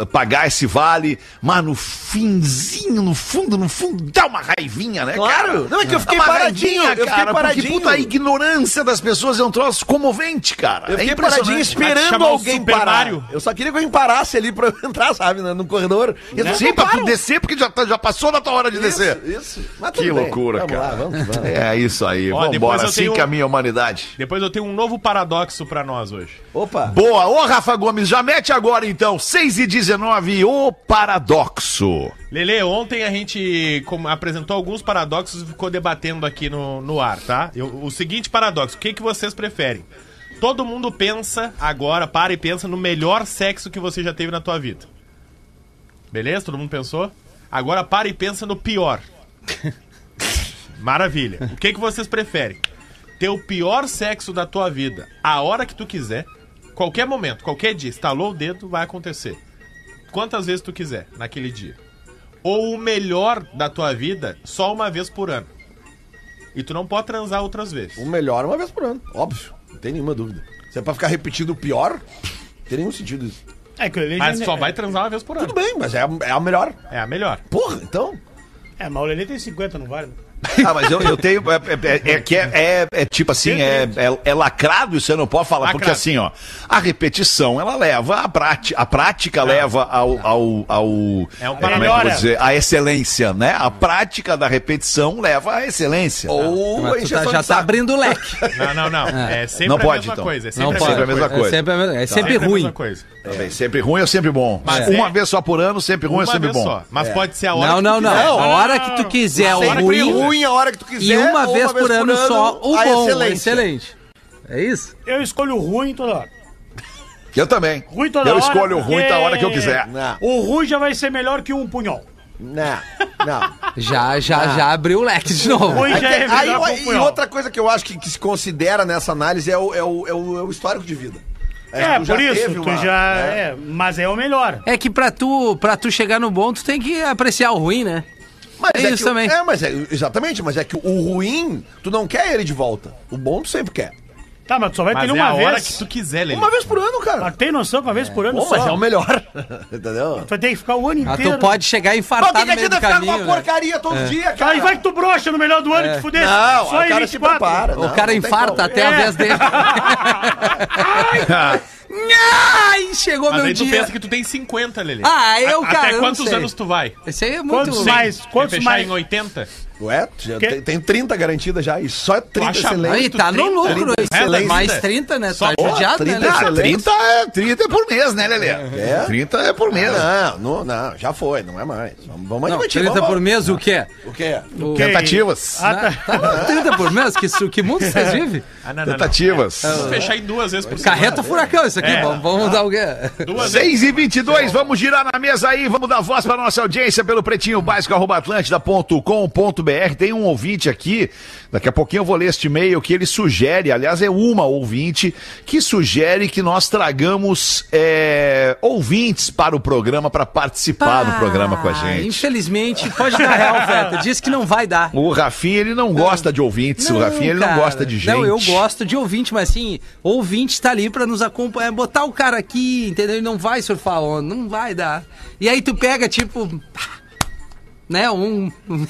Speaker 4: eh, pagar esse vale. Mas no finzinho, no fundo, no fundo, dá uma raivinha, né?
Speaker 6: Claro!
Speaker 4: Cara?
Speaker 6: Não, é que eu fiquei
Speaker 4: Dá uma
Speaker 6: paradinho,
Speaker 4: raivinha,
Speaker 6: eu fiquei
Speaker 4: cara,
Speaker 6: paradinho.
Speaker 4: Porque, puta, a ignorância das pessoas é um troço comovente, cara.
Speaker 6: Eu
Speaker 4: é
Speaker 6: fiquei
Speaker 4: impressionante.
Speaker 6: paradinho
Speaker 7: Vai te
Speaker 6: esperando
Speaker 7: chamar o
Speaker 6: alguém
Speaker 7: Super
Speaker 6: parar.
Speaker 7: Mario.
Speaker 6: Eu só queria que alguém parasse ali pra eu [LAUGHS] entrar, sabe, né, no corredor. E as pessoas
Speaker 4: Sim,
Speaker 6: não
Speaker 4: pra tu
Speaker 6: param.
Speaker 4: descer, porque já, tá- já passou da tua hora de descer.
Speaker 6: Isso, isso. Mas
Speaker 4: Que
Speaker 6: tudo bem.
Speaker 4: loucura,
Speaker 6: Vamos
Speaker 4: cara.
Speaker 6: lá, vamos, vamos.
Speaker 4: É isso aí.
Speaker 7: Ó,
Speaker 4: Vamos
Speaker 7: depois
Speaker 4: embora.
Speaker 7: eu
Speaker 4: Assim
Speaker 7: tenho-
Speaker 4: caminha a humanidade.
Speaker 7: Depois eu tenho um novo paradoxo pra nós hoje.
Speaker 6: Opa.
Speaker 4: Boa. Ô, Rafa Gomes, já mete agora então. 6 e 19 o paradoxo.
Speaker 7: Lele, ontem a gente com- apresentou alguns paradoxos e ficou debatendo aqui no, no ar, tá? Eu- o seguinte paradoxo, o que, que vocês preferem? Todo mundo pensa agora, para e pensa no melhor sexo que você já teve na tua vida. Beleza? Todo mundo pensou? Agora para e pensa no pior. Maravilha. O que, que vocês preferem? Ter o pior sexo da tua vida, a hora que tu quiser, qualquer momento, qualquer dia, estalou o dedo, vai acontecer. Quantas vezes tu quiser naquele dia ou o melhor da tua vida só uma vez por ano. E tu não pode transar outras
Speaker 6: O
Speaker 7: vezes.
Speaker 6: melhor uma vez por ano, óbvio. Não tem nenhuma dúvida. Se é pra ficar repetindo o pior, não tem nenhum sentido isso.
Speaker 3: É, que ele
Speaker 7: Mas só vai transar uma vez por
Speaker 6: Tudo
Speaker 7: ano.
Speaker 6: bem, mas é a, é a melhor.
Speaker 7: É a melhor.
Speaker 6: Porra, então.
Speaker 3: É, mas o Lelê tem 50, não vale? né?
Speaker 4: Ah, mas eu, eu tenho. É, é- é que é, é- é tipo assim, é, é, é lacrado, isso você não pode falar. Porque
Speaker 7: Lacrado.
Speaker 4: assim, ó, a repetição ela leva à prática. A prática leva ao. ao, ao
Speaker 7: É um
Speaker 4: como que eu vou
Speaker 7: melhora.
Speaker 4: dizer? A excelência, né? A prática da repetição leva à excelência.
Speaker 6: Ou a
Speaker 5: Mas tu tá-
Speaker 6: injeção
Speaker 5: já
Speaker 6: de
Speaker 5: tá
Speaker 6: saco.
Speaker 5: abrindo o leque.
Speaker 7: Não, não, não. É, sempre
Speaker 4: Não
Speaker 7: a
Speaker 4: pode,
Speaker 7: mesma
Speaker 4: então.
Speaker 7: coisa. É
Speaker 5: Não
Speaker 7: sempre
Speaker 5: pode.
Speaker 4: a mesma coisa.
Speaker 5: É sempre, a mesma- é sempre
Speaker 7: Sempre a mesma
Speaker 5: ruim.
Speaker 7: coisa.
Speaker 4: Tá bem, sempre ruim é sempre bom.
Speaker 7: Mas
Speaker 4: uma
Speaker 7: é-
Speaker 4: vez só por ano, sempre ruim é
Speaker 7: Uma
Speaker 4: sempre
Speaker 7: vez
Speaker 4: bom.
Speaker 7: só. Mas pode ser a hora
Speaker 5: Não,
Speaker 7: que
Speaker 5: não,
Speaker 7: tu
Speaker 5: não.
Speaker 7: quiser.
Speaker 5: A hora que tu quiser o
Speaker 6: Sempre ruim,
Speaker 5: ruim
Speaker 6: a hora que tu quiser.
Speaker 5: e uma vez por ano só o
Speaker 6: a
Speaker 5: bom.
Speaker 6: excelência.
Speaker 5: Excelente. É isso?
Speaker 3: Eu escolho o ruim toda hora.
Speaker 4: Eu também.
Speaker 3: Ruim toda
Speaker 4: eu
Speaker 3: hora,
Speaker 4: escolho o ruim da hora que eu quiser.
Speaker 7: Ah.
Speaker 6: Não,
Speaker 3: O ruim já vai ser melhor que um punhol.
Speaker 6: não, não.
Speaker 5: Já, já, já abriu o leque de novo.
Speaker 3: Ruim já é melhor
Speaker 6: Aí,
Speaker 3: que um
Speaker 6: aí, e
Speaker 3: punhol.
Speaker 6: outra coisa que eu acho que, que se considera nessa análise é o, é o, é o, é o histórico de vida.
Speaker 3: É,
Speaker 6: tu já
Speaker 3: por isso,
Speaker 6: teve
Speaker 3: tu
Speaker 6: uma-
Speaker 3: já.
Speaker 6: né?
Speaker 3: É, mas é o melhor.
Speaker 5: É que pra tu, pra tu chegar no bom, tu tem que apreciar o ruim, né?
Speaker 6: Mas
Speaker 5: É isso
Speaker 6: que o-
Speaker 5: também.
Speaker 6: É, mas é, exatamente, mas é que o ruim, tu não quer ele de volta. O bom tu sempre quer.
Speaker 3: Tá, mas tu só vai
Speaker 7: Mas
Speaker 3: ter ele
Speaker 7: é a
Speaker 3: uma
Speaker 7: hora que
Speaker 3: vez.
Speaker 7: tu quiser, Lelê.
Speaker 6: Uma vez por ano, cara.
Speaker 3: Mas tem noção que uma vez por ano
Speaker 6: Bom,
Speaker 3: só.
Speaker 6: mas é o melhor. [LAUGHS] Entendeu?
Speaker 3: Tu vai ter que ficar o ano
Speaker 5: Mas
Speaker 3: inteiro.
Speaker 5: Ah, tu pode chegar
Speaker 6: Mas
Speaker 5: infartado
Speaker 6: quem
Speaker 5: Tá no meio do caminho, né?
Speaker 6: porcaria todo dia,
Speaker 3: Aí vai que tu brocha no melhor do ano
Speaker 5: É.
Speaker 3: que tu fudesse.
Speaker 6: Não,
Speaker 3: só
Speaker 6: o
Speaker 3: em
Speaker 6: cara se
Speaker 3: 24.
Speaker 6: prepara.
Speaker 5: O cara infarta até a
Speaker 3: É.
Speaker 5: vez dele. [LAUGHS] Ai, chegou
Speaker 7: Mas
Speaker 5: meu
Speaker 7: aí tu
Speaker 5: dia.
Speaker 7: pensa que tu tem 50, Lelê.
Speaker 5: Ah, eu,
Speaker 7: A-
Speaker 5: cara, eu
Speaker 7: Até
Speaker 5: não
Speaker 7: quantos
Speaker 5: sei.
Speaker 7: anos tu vai?
Speaker 5: Esse aí é muito...
Speaker 3: Quantos mais?
Speaker 7: Quer
Speaker 3: Quantos
Speaker 7: fechar
Speaker 3: mais?
Speaker 7: em 80?
Speaker 6: Ué, tu já
Speaker 3: Que-
Speaker 6: tem, tem 30 garantidas já, e só 30
Speaker 7: acha
Speaker 5: Aí,
Speaker 6: excelente.
Speaker 5: tá no
Speaker 7: 30,
Speaker 5: lucro. aí.
Speaker 7: excelência.
Speaker 5: Mais 30, né? Tá
Speaker 7: Só- Ó,
Speaker 5: judiado, né?
Speaker 6: 30
Speaker 5: Lelê?
Speaker 4: Ah,
Speaker 6: Excelente.
Speaker 4: 30 é, 30 é por mês, né, Lelê?
Speaker 6: É?
Speaker 4: 30 é por mês.
Speaker 6: Não, não, não, já foi, não é mais. Vamos, vamos
Speaker 5: Não,
Speaker 6: admitir.
Speaker 5: 30
Speaker 6: vamos-
Speaker 5: por mês, o quê?
Speaker 6: O quê?
Speaker 5: O-
Speaker 3: Ok.
Speaker 4: Tentativas.
Speaker 3: Ah,
Speaker 5: Ah,
Speaker 3: tá.
Speaker 5: tá bom, 30 por mês? Que, su- que mundo vocês vivem?
Speaker 7: Ah, não, É. não, não.
Speaker 4: Tentativas.
Speaker 7: Vamos fechar em duas vezes por semana.
Speaker 5: Carreta furacão isso aqui,
Speaker 7: É.
Speaker 5: vamos, vamos dar o quê?
Speaker 7: Duas vezes.
Speaker 4: 6 e 22 vamos girar na mesa aí, vamos dar voz para nossa audiência pelo pretinho básico atlântida.com.br. Tem um ouvinte aqui, daqui a pouquinho eu vou ler este e-mail que ele sugere, aliás, é uma ouvinte que sugere que nós tragamos é, ouvintes para o programa, para participar do programa com a gente.
Speaker 5: Ah, Infelizmente, pode dar real, Feta. Diz que não vai dar.
Speaker 4: O Rafinha, ele não gosta de ouvintes, o Rafinha, ele
Speaker 5: cara.
Speaker 4: não gosta de gente.
Speaker 5: Não, eu gosto de ouvinte, mas assim, ouvinte tá ali pra nos acompanhar. Botar o cara aqui, entendeu? Ele não vai surfar onda, não vai dar. E aí tu pega, tipo. Né, um. um-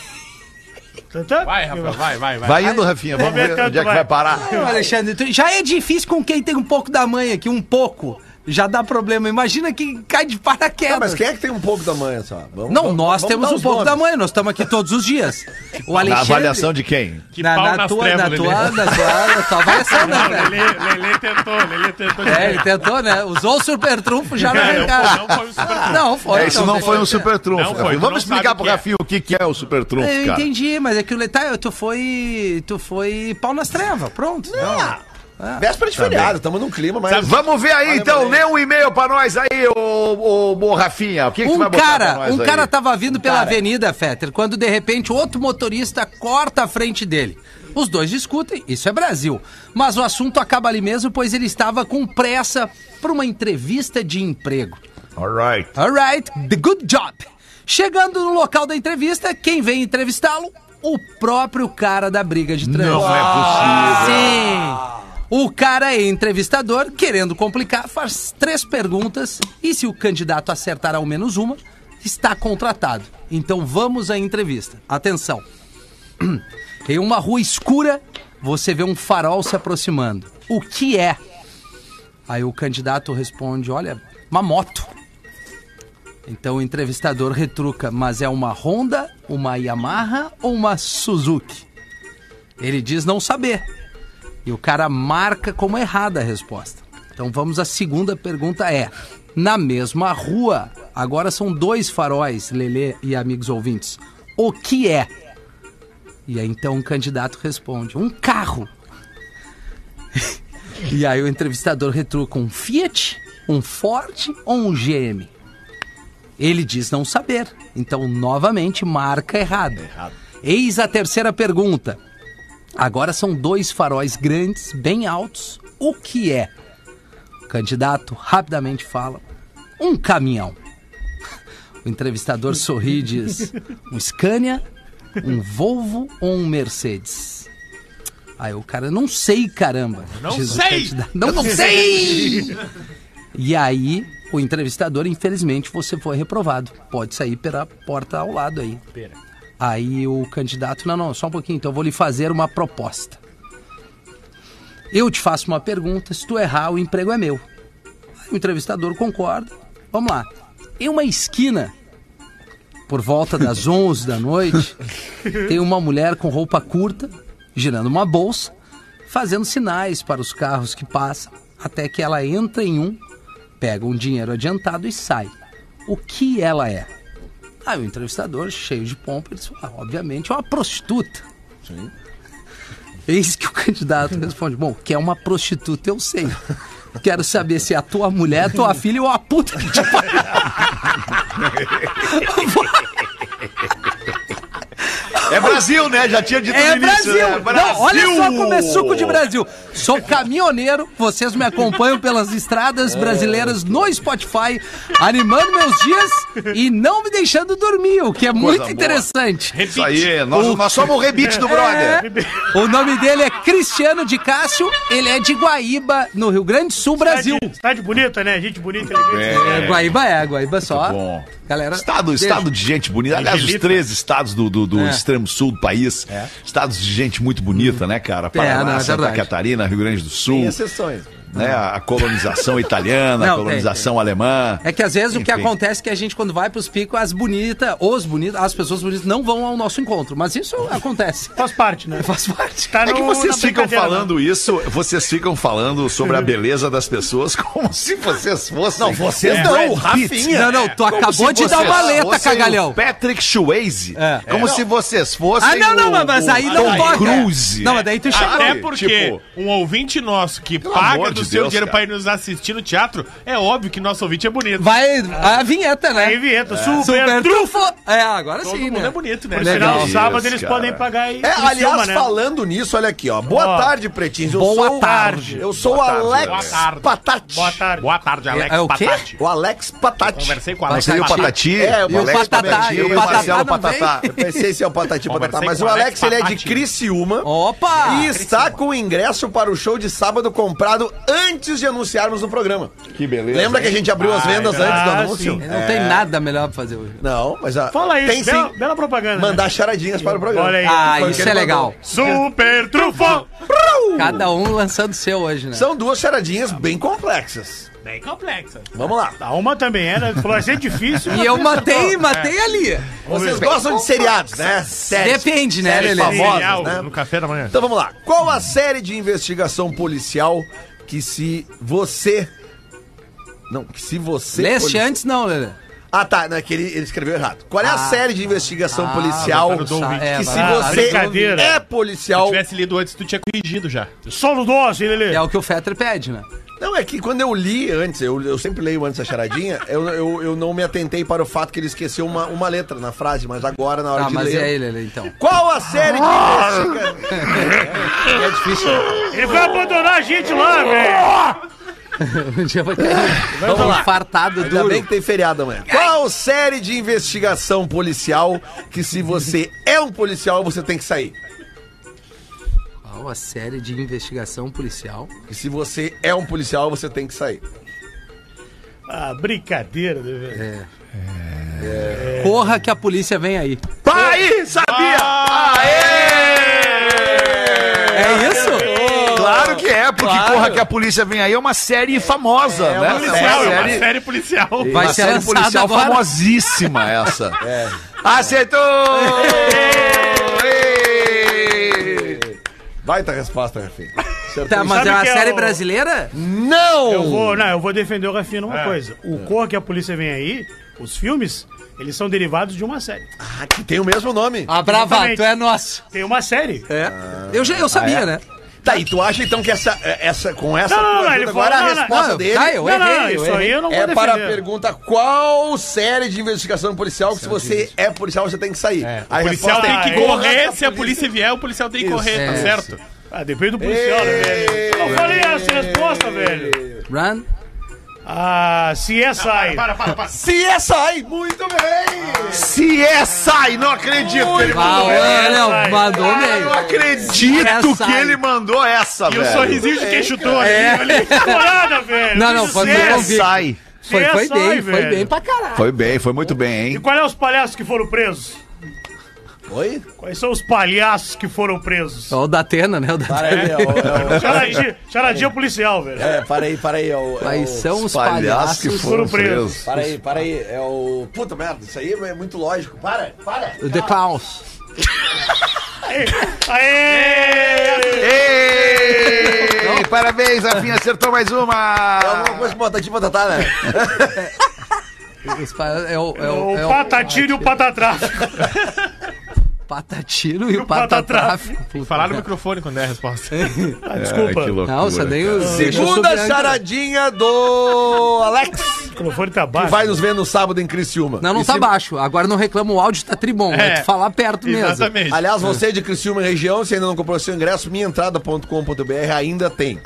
Speaker 3: Tantã?
Speaker 7: Vai, Rafa, vai, vai, vai.
Speaker 4: Vai indo, Rafinha, vamos ver
Speaker 3: Roberto,
Speaker 4: onde é que
Speaker 3: vai.
Speaker 4: vai parar.
Speaker 5: Não, Alexandre, tu- já é difícil com quem tem um pouco da mãe aqui, um pouco. Já dá problema. Imagina quem cai de paraquedas.
Speaker 6: Ah, mas quem é que tem um pouco da manhã só? Vamos-
Speaker 5: Não,
Speaker 6: vamos-
Speaker 5: nós
Speaker 6: vamos
Speaker 5: temos
Speaker 6: dar
Speaker 5: um
Speaker 6: os
Speaker 5: pouco
Speaker 6: nomes.
Speaker 5: da mãe, nós estamos aqui todos os dias. O
Speaker 4: Na
Speaker 5: Alexandre.
Speaker 4: avaliação de quem?
Speaker 7: Que
Speaker 5: na,
Speaker 7: pau
Speaker 5: na
Speaker 7: nas
Speaker 5: tua,
Speaker 7: trevas,
Speaker 5: na
Speaker 7: Lelê.
Speaker 5: tua, na tua, na
Speaker 7: [LAUGHS]
Speaker 5: tua avaliação, né,
Speaker 7: Não,
Speaker 5: velho?
Speaker 7: Lelê, Lelê tentou, Lelê tentou.
Speaker 5: É, ele tentou, né? Usou o super trunfo já na
Speaker 7: É, Não,
Speaker 5: arrancada.
Speaker 7: não foi o super trunfo.
Speaker 5: Não, foi. então,
Speaker 4: É, isso não foi um super trunfo.
Speaker 7: Não foi,
Speaker 4: Rafinha.
Speaker 7: tu
Speaker 4: Vamos
Speaker 7: não
Speaker 4: explicar
Speaker 7: sabe
Speaker 4: pro
Speaker 7: o que é.
Speaker 4: Rafinha o que, que é o super trunfo,
Speaker 5: Eu
Speaker 4: cara.
Speaker 5: entendi, mas é que o Letal, tu foi. Tu foi pau nas trevas, pronto.
Speaker 6: Ah, véspera de feriado, estamos num clima, mas.
Speaker 4: Sabe, Vamos ver aí,
Speaker 6: Olha,
Speaker 4: então,
Speaker 6: valeu.
Speaker 4: lê um e-mail pra nós aí, ô, ô, ô Rafinha. O que, que tu
Speaker 5: Um
Speaker 4: vai botar pra
Speaker 5: cara,
Speaker 4: nós
Speaker 5: um
Speaker 4: aí?
Speaker 5: cara tava vindo pela avenida, Fetter, quando de repente outro motorista corta a frente dele. Os dois discutem, isso é Brasil. Mas o assunto acaba ali mesmo, pois ele estava com pressa para uma entrevista de emprego.
Speaker 4: Alright.
Speaker 5: Alright, the good job. Chegando no local da entrevista, quem vem entrevistá-lo? O próprio cara da briga de trânsito.
Speaker 4: Não
Speaker 5: Ah.
Speaker 4: é possível.
Speaker 5: Sim. O cara é entrevistador, querendo complicar, faz três perguntas e se o candidato acertar ao menos uma, está contratado. Então vamos à entrevista. Atenção. [CLEARS THROAT] Em uma rua escura, você vê um farol se aproximando. O que é? Aí o candidato responde: olha, uma moto. Então o entrevistador retruca, mas é uma Honda, uma Yamaha ou uma Suzuki? Ele diz não saber. E o cara marca como errada a resposta. Então vamos à segunda pergunta é: na mesma rua, agora são dois faróis, Lelê e amigos ouvintes. O que é? E aí então o candidato responde: um carro. [LAUGHS] e aí o entrevistador retruca: um Fiat, um Ford ou um GM? Ele diz não saber. Então, novamente, marca errado. Eis a terceira pergunta. Agora são dois faróis grandes, bem altos. O que é? O candidato rapidamente fala: um caminhão. O entrevistador sorri e diz: um Scania, um Volvo ou um Mercedes? Aí o cara, não sei, caramba.
Speaker 7: Não
Speaker 5: diz o
Speaker 7: sei.
Speaker 5: candidato. Não,
Speaker 7: [LAUGHS]
Speaker 5: não sei! E aí, o entrevistador, infelizmente, você foi reprovado. Pode sair pela porta ao lado aí. Aí o candidato, não, não, só um pouquinho, então eu vou lhe fazer uma proposta. Eu te faço uma pergunta, se tu errar, o emprego é meu. Aí o entrevistador concorda, vamos lá. Em uma esquina, por volta das 11 da noite, tem uma mulher com roupa curta, girando uma bolsa, fazendo sinais para os carros que passam, até que ela entra em um, pega um dinheiro adiantado e sai. O que ela é? Aí o entrevistador, cheio de pompa, ele disse, "Ah, obviamente é uma prostituta. Eis que o candidato responde, bom, que é uma prostituta eu sei. Quero saber se é a tua mulher, tua filha ou a puta que te pariu."
Speaker 4: É Brasil, né? Já tinha dito
Speaker 5: É
Speaker 4: no início.
Speaker 5: Brasil!
Speaker 4: né?
Speaker 5: Não, olha só como é suco de Brasil. Sou caminhoneiro, vocês me acompanham pelas estradas brasileiras no Spotify, animando meus dias e não me deixando dormir, o que é muito
Speaker 4: boa.
Speaker 5: interessante.
Speaker 4: Isso aí, nós, nós somos o rebite
Speaker 5: É.
Speaker 4: do
Speaker 8: Tá
Speaker 4: brother.
Speaker 5: O nome dele é Cristiano de Cássio, ele é de Guaíba, no Rio Grande do Sul, Brasil.
Speaker 8: Cidade, cidade bonita, né? Gente bonita, elegante.
Speaker 5: É, Guaíba é, Guaíba só.
Speaker 4: bom.
Speaker 5: Galera,
Speaker 4: Estado,
Speaker 5: beijo.
Speaker 4: estado de gente bonita. Aliás, os
Speaker 8: Angelita.
Speaker 4: três estados do, do, do
Speaker 5: É.
Speaker 4: extremo sul do país. Estados de gente muito bonita, né, cara? Paraná,
Speaker 5: não, é
Speaker 4: Santa
Speaker 5: verdade.
Speaker 4: Catarina, Rio Grande do
Speaker 6: Tem
Speaker 4: Sul.
Speaker 6: exceções.
Speaker 4: Né, a
Speaker 5: [LAUGHS]
Speaker 4: colonização italiana, a
Speaker 5: Não, tem,
Speaker 4: colonização alemã.
Speaker 5: É que às vezes o que
Speaker 4: Enfim.
Speaker 5: acontece é que a gente, quando vai pros picos, as bonitas, os bonitos, as pessoas bonitas não vão ao nosso encontro. Mas isso acontece.
Speaker 8: Faz parte, né?
Speaker 5: Faz parte.
Speaker 8: Tá
Speaker 4: É que
Speaker 8: no-
Speaker 4: vocês
Speaker 8: na
Speaker 4: ficam
Speaker 8: brincadeira, né?
Speaker 4: falando isso, vocês ficam falando
Speaker 5: [LAUGHS]
Speaker 4: sobre a beleza das pessoas como se vocês fossem. É. Não, vocês
Speaker 6: não, o Rafinha.
Speaker 5: Não, não, tu acabou de dar uma letra, cagalhão.
Speaker 4: Patrick Swayze.
Speaker 5: É.
Speaker 4: Como se vocês fossem.
Speaker 5: Ah, não, não,
Speaker 4: o-
Speaker 5: mas
Speaker 4: o
Speaker 5: aí não
Speaker 4: Tom
Speaker 5: toca.
Speaker 4: Cruise.
Speaker 5: Não, mas daí tu chama.
Speaker 7: Até
Speaker 4: sabe?
Speaker 7: porque
Speaker 4: Tipo,
Speaker 7: um ouvinte nosso que
Speaker 4: pelo
Speaker 7: paga
Speaker 4: amor de
Speaker 7: do seu
Speaker 4: Deus,
Speaker 7: dinheiro
Speaker 4: cara.
Speaker 7: pra ir nos assistir no teatro, é óbvio que nosso ouvinte é bonito.
Speaker 5: Vai a vinheta, né?
Speaker 8: Aí vinheta, super,
Speaker 5: Super
Speaker 8: trufa.
Speaker 5: trufa. É, agora
Speaker 7: Todo
Speaker 5: sim,
Speaker 7: mundo
Speaker 5: né?
Speaker 7: é bonito, né?
Speaker 8: Por
Speaker 5: Legal.
Speaker 8: sinal,
Speaker 4: Isso,
Speaker 8: sábado eles
Speaker 4: cara.
Speaker 8: podem pagar aí.
Speaker 6: É,
Speaker 8: Criciúma,
Speaker 6: aliás,
Speaker 8: né?
Speaker 6: falando nisso, olha aqui, ó. Boa
Speaker 8: Ó.
Speaker 6: tarde, pretinhos. Eu
Speaker 5: Boa
Speaker 6: sou,
Speaker 8: tarde.
Speaker 6: Eu sou
Speaker 4: Boa
Speaker 6: o
Speaker 4: tarde,
Speaker 6: Alex
Speaker 7: Boa tarde.
Speaker 6: Patati.
Speaker 8: Boa tarde.
Speaker 7: Boa tarde, Alex
Speaker 5: É- é o quê?
Speaker 7: Patati.
Speaker 6: O Alex Patati.
Speaker 7: Conversei com o Alex
Speaker 4: Mas aí o
Speaker 7: Patati.
Speaker 4: Patati.
Speaker 6: É,
Speaker 5: E o
Speaker 4: Alex
Speaker 5: Patatá,
Speaker 4: Patati
Speaker 5: e o
Speaker 4: o Marcelo
Speaker 5: Patatá não
Speaker 4: Patatá.
Speaker 6: Eu pensei se é o Patati Patatá,
Speaker 7: Conversei
Speaker 6: mas
Speaker 7: com
Speaker 6: o
Speaker 7: o
Speaker 6: Alex,
Speaker 7: Alex
Speaker 6: ele é de
Speaker 7: Patati.
Speaker 6: Criciúma.
Speaker 5: Opa!
Speaker 6: E está com o ingresso para o show de sábado comprado antes de anunciarmos no programa.
Speaker 4: Que beleza.
Speaker 6: Lembra que a gente abriu as vendas
Speaker 8: verdade,
Speaker 6: antes do anúncio?
Speaker 8: sim.
Speaker 5: Não tem nada melhor pra fazer hoje.
Speaker 6: Não, mas a,
Speaker 8: Fala isso,
Speaker 6: tem sim.
Speaker 8: bela, bela propaganda. né?
Speaker 6: Mandar charadinhas para o programa.
Speaker 8: Olha aí.
Speaker 5: Ah,
Speaker 6: Foi o que
Speaker 5: isso
Speaker 6: ele
Speaker 5: é legal.
Speaker 6: mandou.
Speaker 7: Super trufo!
Speaker 5: Cada um lançando o seu hoje, né?
Speaker 6: São duas charadinhas bem complexas.
Speaker 7: Bem complexa.
Speaker 6: Vamos lá.
Speaker 8: A Tá, uma também era, falou, vai ser difícil.
Speaker 5: E eu
Speaker 8: mas
Speaker 5: matei, matei ali.
Speaker 6: Vocês gostam de seriados, né? Séries.
Speaker 5: Depende, né,
Speaker 6: Séries
Speaker 5: Lelê?
Speaker 6: famosas,
Speaker 7: Cereal
Speaker 6: né?
Speaker 7: no café da manhã.
Speaker 6: Então vamos lá. Qual a série de investigação policial que se você... Não, que se você...
Speaker 5: Leste
Speaker 6: polici-
Speaker 5: antes não, Lelê.
Speaker 6: Ah, tá. Não, é que ele, ele escreveu errado. Qual é a
Speaker 5: Ah.
Speaker 6: série de investigação
Speaker 5: Ah,
Speaker 6: policial
Speaker 5: botaram do ouvinte. É,
Speaker 6: que se
Speaker 5: ah,
Speaker 6: você
Speaker 8: brincadeira.
Speaker 6: é
Speaker 7: Se
Speaker 6: policial...
Speaker 7: tivesse lido antes, tu tinha corrigido já.
Speaker 8: Só no doce, Lelê.
Speaker 5: É o que o Fetter pede, né?
Speaker 6: Não, é que quando eu li antes, eu, eu sempre leio antes a charadinha, eu, eu, eu não me atentei para o fato que ele esqueceu uma, uma letra na frase, mas agora na hora
Speaker 5: Ah,
Speaker 6: de
Speaker 5: mas
Speaker 6: ler...
Speaker 5: é ele, Lelê, então.
Speaker 6: Qual a série de investigação...
Speaker 5: É difícil.
Speaker 8: Ele vai abandonar a gente lá,
Speaker 5: É.
Speaker 8: velho.
Speaker 5: Um dia vai ter um
Speaker 6: lá.
Speaker 5: infartado
Speaker 6: Ainda
Speaker 5: duro.
Speaker 6: bem que tem feriado amanhã. Qual série de investigação policial que se você é um policial, você tem que sair?
Speaker 5: Qual a série de investigação policial?
Speaker 6: Que se você é um policial, você tem que sair.
Speaker 8: Ah, brincadeira, né, velho.
Speaker 5: É. Corra que a polícia vem aí.
Speaker 4: Pai,
Speaker 6: Ah!
Speaker 4: sabia? Aê!
Speaker 5: É isso?
Speaker 4: Claro que é, porque Corra que a Polícia Vem Aí é uma série famosa, né?
Speaker 6: uma
Speaker 7: Policial,
Speaker 6: série.
Speaker 7: é uma série policial.
Speaker 5: Vai
Speaker 4: uma
Speaker 5: ser
Speaker 4: série
Speaker 5: lançada
Speaker 4: policial
Speaker 5: agora.
Speaker 4: famosíssima essa. Aceitou! Ê!
Speaker 6: Baita tá resposta, Rafinha. Acertou
Speaker 5: Tá,
Speaker 6: isso.
Speaker 5: mas
Speaker 8: Sabe
Speaker 5: é uma
Speaker 8: que é
Speaker 5: série
Speaker 8: o-
Speaker 5: brasileira?
Speaker 6: Não!
Speaker 8: Eu vou, não, eu vou defender o Rafinha numa
Speaker 5: É.
Speaker 8: coisa. O Corra que a polícia vem aí, os filmes, eles são derivados de uma série.
Speaker 6: Ah, que tem o mesmo nome.
Speaker 5: A Brava,
Speaker 8: Exatamente.
Speaker 5: tu é nosso.
Speaker 8: Tem uma série.
Speaker 5: É. Eu, já, eu sabia, né?
Speaker 6: Tá, e tu acha então que essa, essa com essa
Speaker 8: Não, não,
Speaker 6: tua
Speaker 8: não,
Speaker 6: ajuda
Speaker 8: ele
Speaker 6: agora
Speaker 8: falou,
Speaker 6: a
Speaker 8: não,
Speaker 6: resposta
Speaker 5: não.
Speaker 6: dele
Speaker 5: Ah, eu
Speaker 8: não, não,
Speaker 5: errei, eu
Speaker 8: isso aí
Speaker 5: errei.
Speaker 8: eu não vou
Speaker 6: é
Speaker 8: defender.
Speaker 6: para a pergunta qual série de investigação policial que se você é policial, você tem que sair. a
Speaker 7: O
Speaker 6: resposta
Speaker 7: policial tem
Speaker 6: é
Speaker 7: que
Speaker 8: corra
Speaker 7: correr.
Speaker 6: da
Speaker 7: Se a polícia vier, o policial tem que
Speaker 6: Isso,
Speaker 7: correr, tá
Speaker 5: isso.
Speaker 7: certo?
Speaker 8: Ah, depende do policial, né, velho. Eu falei essa resposta, velho.
Speaker 5: Run.
Speaker 8: Ah, se é sai.
Speaker 6: Se é sai! Muito bem!
Speaker 4: CSI, é não acredito! Ele
Speaker 5: Ah,
Speaker 4: mandou essa.
Speaker 5: olha, não,
Speaker 8: vai.
Speaker 5: mandou
Speaker 4: Não
Speaker 5: bem.
Speaker 4: acredito
Speaker 5: CSI.
Speaker 4: que ele mandou essa,
Speaker 7: E o
Speaker 4: velho.
Speaker 7: sorrisinho de quem chutou ali. ali.
Speaker 8: Temporada, né? velho.
Speaker 5: É.
Speaker 8: é
Speaker 5: Não, não, foi
Speaker 4: é
Speaker 8: Sucesso.
Speaker 5: bom vídeo.
Speaker 4: CSI.
Speaker 5: Foi, foi
Speaker 8: CSI,
Speaker 5: bem, foi
Speaker 8: é velho.
Speaker 5: bem pra caralho.
Speaker 4: Foi bem, foi muito bem,
Speaker 8: E
Speaker 4: hein?
Speaker 8: qual é os palhaços que foram presos?
Speaker 6: Oi?
Speaker 8: Quais são os palhaços que foram presos?
Speaker 5: Ó, o da Atena, né? O da
Speaker 6: Para aí,
Speaker 5: Atena.
Speaker 6: ó, ó, ó.
Speaker 8: Charadinha, charadinha policial, velho.
Speaker 6: É, para aí, para aí. ó, é ó,
Speaker 5: Mas são os
Speaker 4: Palhaços que
Speaker 5: palhaços.
Speaker 4: foram
Speaker 8: foram presos.
Speaker 4: presos.
Speaker 6: Para aí, para aí. É o. Puta merda, isso aí é muito lógico. Para, para.
Speaker 5: The Clowns.
Speaker 8: Aê!
Speaker 4: Ei! Parabéns, Rafinha acertou mais
Speaker 6: É
Speaker 4: uma.
Speaker 6: alguma coisa que botar aqui botar tá, né?
Speaker 5: Os pa- É o, é o,
Speaker 4: um-
Speaker 8: O
Speaker 5: é o
Speaker 8: patatino e
Speaker 4: [LAUGHS]
Speaker 8: o
Speaker 4: É,
Speaker 8: patatráfico.
Speaker 5: patatiro e o
Speaker 8: patatráfico.
Speaker 5: patatráfico. Puta,
Speaker 7: Falar no
Speaker 5: cara.
Speaker 7: microfone quando é a resposta.
Speaker 8: Ah, desculpa.
Speaker 4: que loucura,
Speaker 5: Nossa, um nem o. deixa eu subir
Speaker 6: Segunda
Speaker 5: ainda.
Speaker 6: charadinha do Alex.
Speaker 8: O microfone tá baixo.
Speaker 6: Vai nos ver no sábado em Criciúma.
Speaker 5: Não, não
Speaker 6: Em
Speaker 5: tá
Speaker 6: cima-
Speaker 5: baixo. Agora não reclama, o áudio tá tribom. É,
Speaker 7: É,
Speaker 5: tu falar perto mesmo.
Speaker 7: Exatamente.
Speaker 6: Aliás, você é de Criciúma e região, se ainda não comprou seu ingresso, minhaentrada.com.br ainda tem.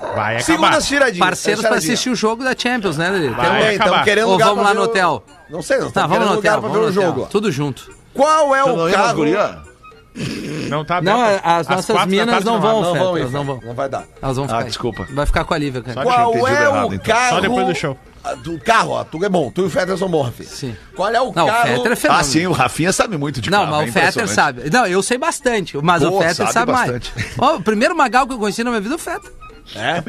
Speaker 7: Vai acabar.
Speaker 6: Segunda tiradinha.
Speaker 5: Parceiros pra assistir o jogo da Champions, né, Lili?
Speaker 7: Vai.
Speaker 6: Também, estamos
Speaker 7: acabar.
Speaker 6: querendo
Speaker 5: Ou
Speaker 6: lugar
Speaker 5: vamos
Speaker 6: pra
Speaker 5: lá no
Speaker 6: ver o-
Speaker 5: hotel.
Speaker 6: Não sei, não
Speaker 5: Tá, vamos
Speaker 6: estamos querendo
Speaker 5: no
Speaker 6: lugar
Speaker 5: hotel.
Speaker 6: pra
Speaker 5: Vamos
Speaker 6: ver
Speaker 5: no
Speaker 6: o
Speaker 5: hotel.
Speaker 6: jogo.
Speaker 5: Tudo junto.
Speaker 6: Qual é o cargo...
Speaker 7: Não tá
Speaker 5: Não, é,
Speaker 7: aberto.
Speaker 5: as
Speaker 7: Às
Speaker 5: nossas
Speaker 7: quatro da
Speaker 5: minas
Speaker 7: tarde
Speaker 5: não vão.
Speaker 6: Não
Speaker 5: Feta,
Speaker 6: vão,
Speaker 5: elas
Speaker 6: ir,
Speaker 5: não
Speaker 6: não
Speaker 5: vão.
Speaker 6: Não vai dar.
Speaker 5: Elas vão ficar. aí.
Speaker 4: desculpa.
Speaker 5: Vai ficar com a Lívia, cara.
Speaker 7: Só de-
Speaker 6: Qual
Speaker 4: entendido
Speaker 6: é
Speaker 4: errado,
Speaker 6: o
Speaker 4: então.
Speaker 6: carro...
Speaker 7: Só depois do show.
Speaker 6: Ah, Do carro, ó. Tu é bom. Tu e o Fetter são bons, filho.
Speaker 5: Sim.
Speaker 6: Qual é o
Speaker 5: Não, o
Speaker 6: carro...
Speaker 5: Fetter é fenômeno.
Speaker 4: Ah, sim, o Rafinha sabe muito de
Speaker 5: Não,
Speaker 4: carro, é
Speaker 5: mas o Fetter
Speaker 4: impressionante.
Speaker 5: sabe. Não, eu sei bastante, mas
Speaker 4: Pô,
Speaker 5: o Fetter
Speaker 4: sabe
Speaker 5: sabe, mais.
Speaker 4: bastante.
Speaker 5: Ó, o primeiro Magal que eu conheci na minha vida é o Fetter. É?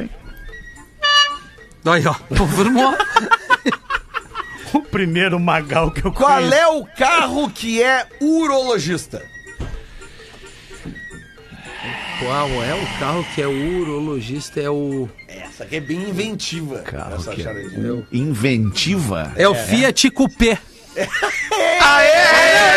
Speaker 5: Aí, ó, [LAUGHS] confirmou.
Speaker 8: O primeiro magal que eu
Speaker 6: Qual
Speaker 8: conheci.
Speaker 6: é o carro que é urologista?
Speaker 5: Qual é o carro que é o urologista? É o.
Speaker 6: Essa aqui é bem inventiva.
Speaker 4: Carro
Speaker 6: essa
Speaker 4: que é
Speaker 6: charadinha.
Speaker 4: Inventiva.
Speaker 5: É o Fiat
Speaker 7: [LAUGHS]
Speaker 5: Coupé. Aê!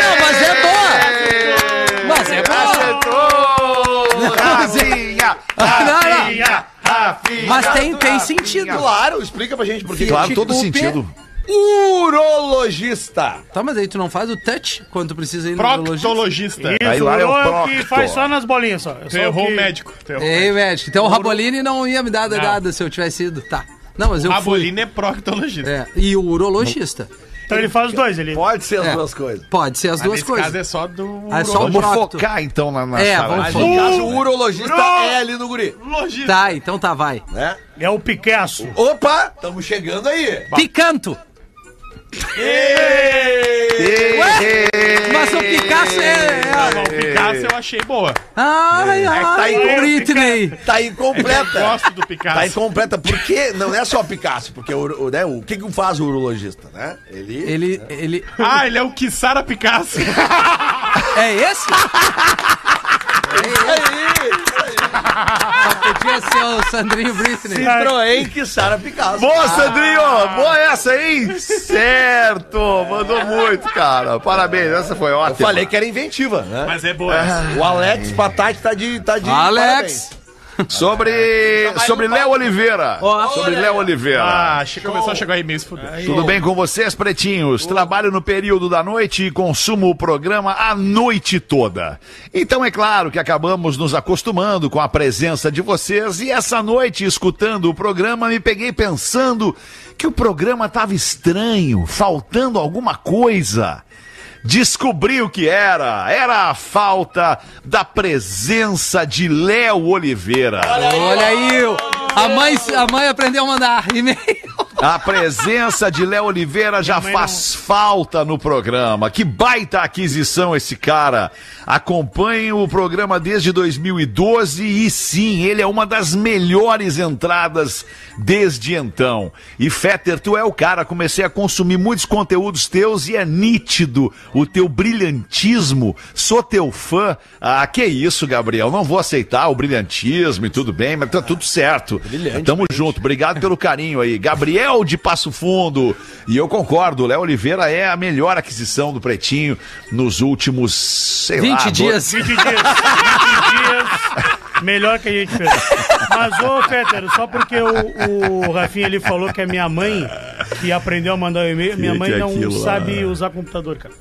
Speaker 5: Não, mas é boa! Mas é boa!
Speaker 4: Acertou! Rafinha!
Speaker 5: Não, não.
Speaker 4: Rafinha! Rafinha!
Speaker 5: Mas tem, tem sentido.
Speaker 6: Claro, explica pra gente por que...
Speaker 4: Claro, todo
Speaker 5: Cooper.
Speaker 4: sentido.
Speaker 6: Urologista.
Speaker 5: Tá, mas aí tu não faz o touch quando tu precisa ir no urologista.
Speaker 7: Proctologista.
Speaker 8: Isso,
Speaker 4: Aí lá é o
Speaker 8: Lolo que
Speaker 4: Proctor.
Speaker 8: faz só nas bolinhas, só.
Speaker 7: Tu errou
Speaker 8: que... É,
Speaker 7: o médico. Tu errou o
Speaker 5: Ei,
Speaker 7: médico.
Speaker 5: médico, então o Rabolini não ia me dar nada se eu tivesse ido. Tá. Não, mas eu fui.
Speaker 7: Rabolino é proctologista.
Speaker 5: É, e o urologista.
Speaker 8: Então ele faz os dois, ele.
Speaker 6: Pode ser as
Speaker 5: É.
Speaker 6: duas coisas.
Speaker 5: Pode ser as
Speaker 7: Ah,
Speaker 5: duas
Speaker 7: nesse
Speaker 5: coisas.
Speaker 7: caso é só do
Speaker 5: Ah, é só o
Speaker 4: Vamos
Speaker 5: Procto.
Speaker 4: focar então na, na
Speaker 5: É,
Speaker 4: charada.
Speaker 5: vamos
Speaker 6: Mas no
Speaker 4: Uh,
Speaker 6: caso, o urologista
Speaker 7: Uro-
Speaker 6: é ali no guri,
Speaker 7: urologista.
Speaker 5: Tá, então tá, vai.
Speaker 6: né?
Speaker 8: É o Picasso.
Speaker 6: Opa, estamos chegando aí.
Speaker 5: Picanto! Mas o Picasso
Speaker 7: Ah,
Speaker 5: é. é-
Speaker 7: não, Picasso eu achei
Speaker 5: [LAUGHS]
Speaker 7: boa.
Speaker 5: Ai, ai,
Speaker 6: aí,
Speaker 5: o Britney!
Speaker 6: Tá
Speaker 7: Eu
Speaker 6: incompleta.
Speaker 7: gosto do Picasso.
Speaker 6: Tá incompleta, porque não é só Picasso, porque o, o, né, o que que faz o urologista, né? Ele...
Speaker 5: Ele. ele.
Speaker 7: Ah, ele é o
Speaker 5: [LAUGHS]
Speaker 7: Kissara Picasso.
Speaker 5: É esse? Só podia ser o Sandrinho Britney.
Speaker 6: [LAUGHS] Troem que Sara Picasso.
Speaker 5: Ah.
Speaker 4: Boa, Sandrinho! Boa essa, hein? Certo! Mandou muito, cara. Parabéns, essa foi
Speaker 6: Eu
Speaker 4: ótima.
Speaker 6: falei que era inventiva, né?
Speaker 7: Mas é boa. essa.
Speaker 6: O Alex Patati tá de. Tá de
Speaker 5: Alex!
Speaker 4: Sobre, sobre Léo Oliveira.
Speaker 5: Ó,
Speaker 4: sobre
Speaker 5: olha
Speaker 4: Léo Oliveira.
Speaker 7: Ah, che- começou a chegar e-mails, fudeu.
Speaker 4: Tudo bem com vocês, pretinhos? Trabalho no período da noite e consumo o programa a noite toda. Então é claro que acabamos nos acostumando com a presença de vocês e essa noite, escutando o programa, me peguei pensando que o programa estava estranho, faltando alguma coisa. Descobri o que era. Era a falta da presença de Léo Oliveira.
Speaker 5: Olha aí! o- A mãe, a mãe aprendeu a mandar e-mail.
Speaker 4: A presença de Léo Oliveira já faz falta no programa. Que baita aquisição esse cara. Acompanho o programa desde 2012 e sim, ele é uma das melhores entradas desde então. E Fetter, tu é o cara. Comecei a consumir muitos conteúdos teus e é nítido o teu brilhantismo. Sou teu fã. Ah, que isso, Gabriel. Não vou aceitar o brilhantismo e tudo bem, mas tá tudo certo. Tamo junto. Obrigado pelo carinho aí. Gabriel de Passo Fundo. E eu concordo, Léo Oliveira é a melhor aquisição do Pretinho nos últimos, sei lá,
Speaker 5: 20
Speaker 4: dois-
Speaker 5: dias.
Speaker 8: 20 dias. 20 dias. Melhor que a gente fez. Mas, ô, Peter, só porque o, o Rafinha ele falou que é minha mãe que aprendeu a mandar o e-mail, minha
Speaker 4: Que
Speaker 8: mãe
Speaker 4: que é
Speaker 8: não
Speaker 4: aquilo lá?
Speaker 8: sabe usar computador, cara.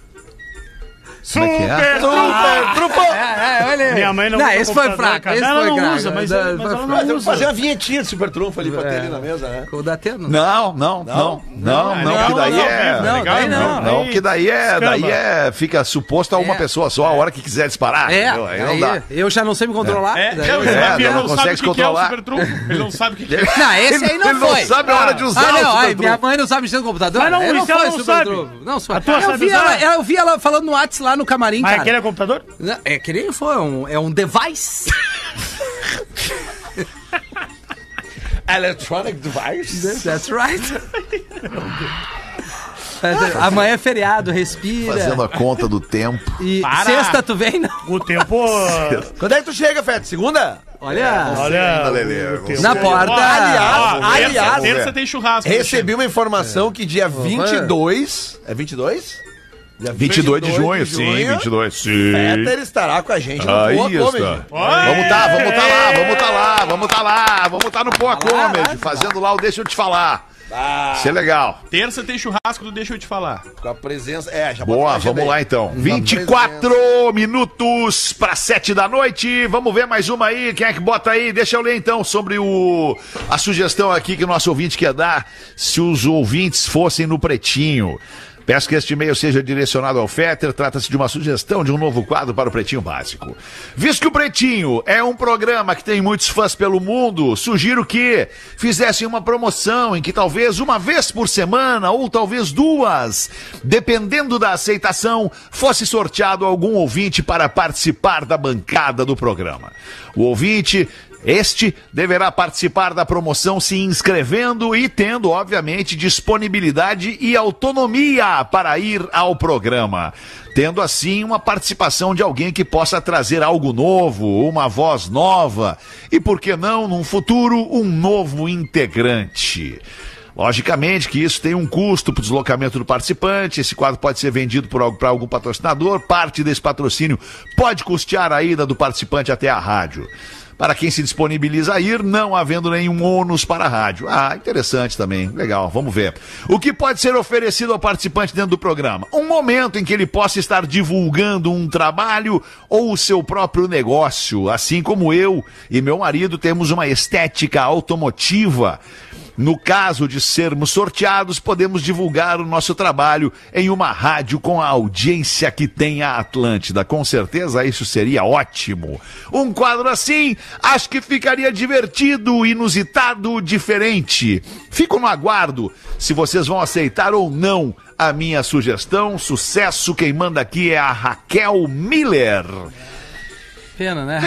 Speaker 4: Como é que é?
Speaker 6: Super trupa!
Speaker 5: É, é, olha aí.
Speaker 8: Minha mãe não
Speaker 5: Não,
Speaker 8: usa
Speaker 5: esse foi
Speaker 8: computador,
Speaker 5: fraco.
Speaker 8: cara.
Speaker 5: Esse
Speaker 8: Ela
Speaker 5: foi né?
Speaker 8: não
Speaker 5: fraco.
Speaker 8: usa, mas-
Speaker 5: Da-
Speaker 8: mas ela
Speaker 5: foi
Speaker 8: não
Speaker 5: fraco.
Speaker 6: Mas eu vou
Speaker 8: usa.
Speaker 6: fazer uma vinhetinha de super trunfo ali pra ter ali na mesa, né?
Speaker 5: Ficou da Atena.
Speaker 4: Não, não, não, não, não,
Speaker 7: Não,
Speaker 4: que daí
Speaker 5: não,
Speaker 4: é.
Speaker 5: não, daí não.
Speaker 4: não, não, que daí é,
Speaker 8: Escama.
Speaker 4: daí é, fica suposto a uma
Speaker 5: É.
Speaker 4: pessoa só, a hora que quiser disparar.
Speaker 5: É,
Speaker 4: entendeu? Aí não dá.
Speaker 5: aí, eu já não sei me controlar.
Speaker 7: É,
Speaker 5: daí- né?
Speaker 7: não, esse
Speaker 4: É,
Speaker 7: Gabriel
Speaker 4: não
Speaker 7: não, sabe
Speaker 4: consegue
Speaker 7: o que, que é o
Speaker 4: controlar.
Speaker 7: super truco. Ele não sabe o que, que é.
Speaker 5: Não, esse aí não
Speaker 4: ele
Speaker 5: foi.
Speaker 4: não sabe a hora de usar
Speaker 5: Ah,
Speaker 4: o
Speaker 5: não, ai,
Speaker 4: Super
Speaker 5: minha
Speaker 4: Truco.
Speaker 5: mãe não sabe mexer no computador.
Speaker 8: Mas não,
Speaker 5: Ela
Speaker 8: isso ela
Speaker 5: foi
Speaker 8: não
Speaker 5: super
Speaker 8: sabe.
Speaker 5: truco. Não, é.
Speaker 8: A tua
Speaker 5: eu
Speaker 8: sabe
Speaker 5: vi
Speaker 8: usar?
Speaker 5: ela, eu vi ela falando no WhatsApp lá lá no camarim,
Speaker 8: Mas
Speaker 5: cara.
Speaker 8: aquele é computador?
Speaker 5: Não, É que nem foi, é um, é um device.
Speaker 6: Electronic device?
Speaker 5: That's right. Mas, é, Amanhã é feriado, respira.
Speaker 4: Fazendo a conta do tempo. [LAUGHS]
Speaker 5: E
Speaker 7: Para.
Speaker 5: sexta tu vem, não?
Speaker 3: O tempo.
Speaker 6: Quando é que tu chega, Fete? Segunda?
Speaker 8: É.
Speaker 5: Olha,
Speaker 3: Olha.
Speaker 4: Lelê, você- é
Speaker 5: na porta.
Speaker 6: aliás,
Speaker 4: né?
Speaker 7: Ó, terça-
Speaker 6: aliás,
Speaker 7: terça tem churrasco. né,
Speaker 6: Recebi uma informação que dia 22. É 22? Dia
Speaker 4: 22 de junho, sim, 22. Sim.
Speaker 6: Peter estará com a gente no
Speaker 4: Aí
Speaker 6: Boa
Speaker 4: está.
Speaker 6: Comedy.
Speaker 4: Vamos tá, vamos tá lá, vamos tá lá, vamos tá lá, vamos tá no Poa Comedy, fazendo lá o Deixa Eu Te Falar. Isso é legal.
Speaker 7: Terça tem churrasco do Deixa Eu Te Falar.
Speaker 6: Com a presença. É, já bota
Speaker 4: Boa,
Speaker 6: na agenda
Speaker 4: vamos
Speaker 6: aí.
Speaker 4: lá então. 24 minutos para 7 da noite. Vamos ver mais uma aí. Quem é que bota aí? Deixa eu ler então sobre o a sugestão aqui que o nosso ouvinte quer dar se os ouvintes fossem no pretinho. Peço que este e-mail seja direcionado ao Fetter. Trata-se de uma sugestão de um novo quadro para o Pretinho Básico. Visto que o Pretinho é um programa que tem muitos fãs pelo mundo, sugiro que fizessem uma promoção em que talvez uma vez por semana ou talvez duas, dependendo da aceitação, fosse sorteado algum ouvinte para participar da bancada do programa. O ouvinte este deverá participar da promoção se inscrevendo e tendo, obviamente, disponibilidade e autonomia para ir ao programa. Tendo assim uma participação de alguém que possa trazer algo novo, uma voz nova e, por que não, num futuro, um novo integrante. Logicamente que isso tem um custo para o deslocamento do participante. Esse quadro pode ser vendido para algum, patrocinador. Parte desse patrocínio pode custear a ida do participante até a rádio. Para quem se disponibiliza a ir, não havendo nenhum ônus para a rádio. Ah, interessante também. Legal, vamos ver. O que pode ser oferecido ao participante dentro do programa? Um momento em que ele possa estar divulgando um trabalho ou o seu próprio negócio. Assim como eu e meu marido temos uma estética automotiva. No caso de sermos sorteados, podemos divulgar o nosso trabalho em uma rádio com a audiência que tem a Atlântida. Com certeza isso seria ótimo. Um quadro assim, acho que ficaria divertido, inusitado, diferente. Fico no aguardo se vocês vão aceitar ou não a minha sugestão. Sucesso, quem manda aqui é a Raquel Miller.
Speaker 5: Pena, né?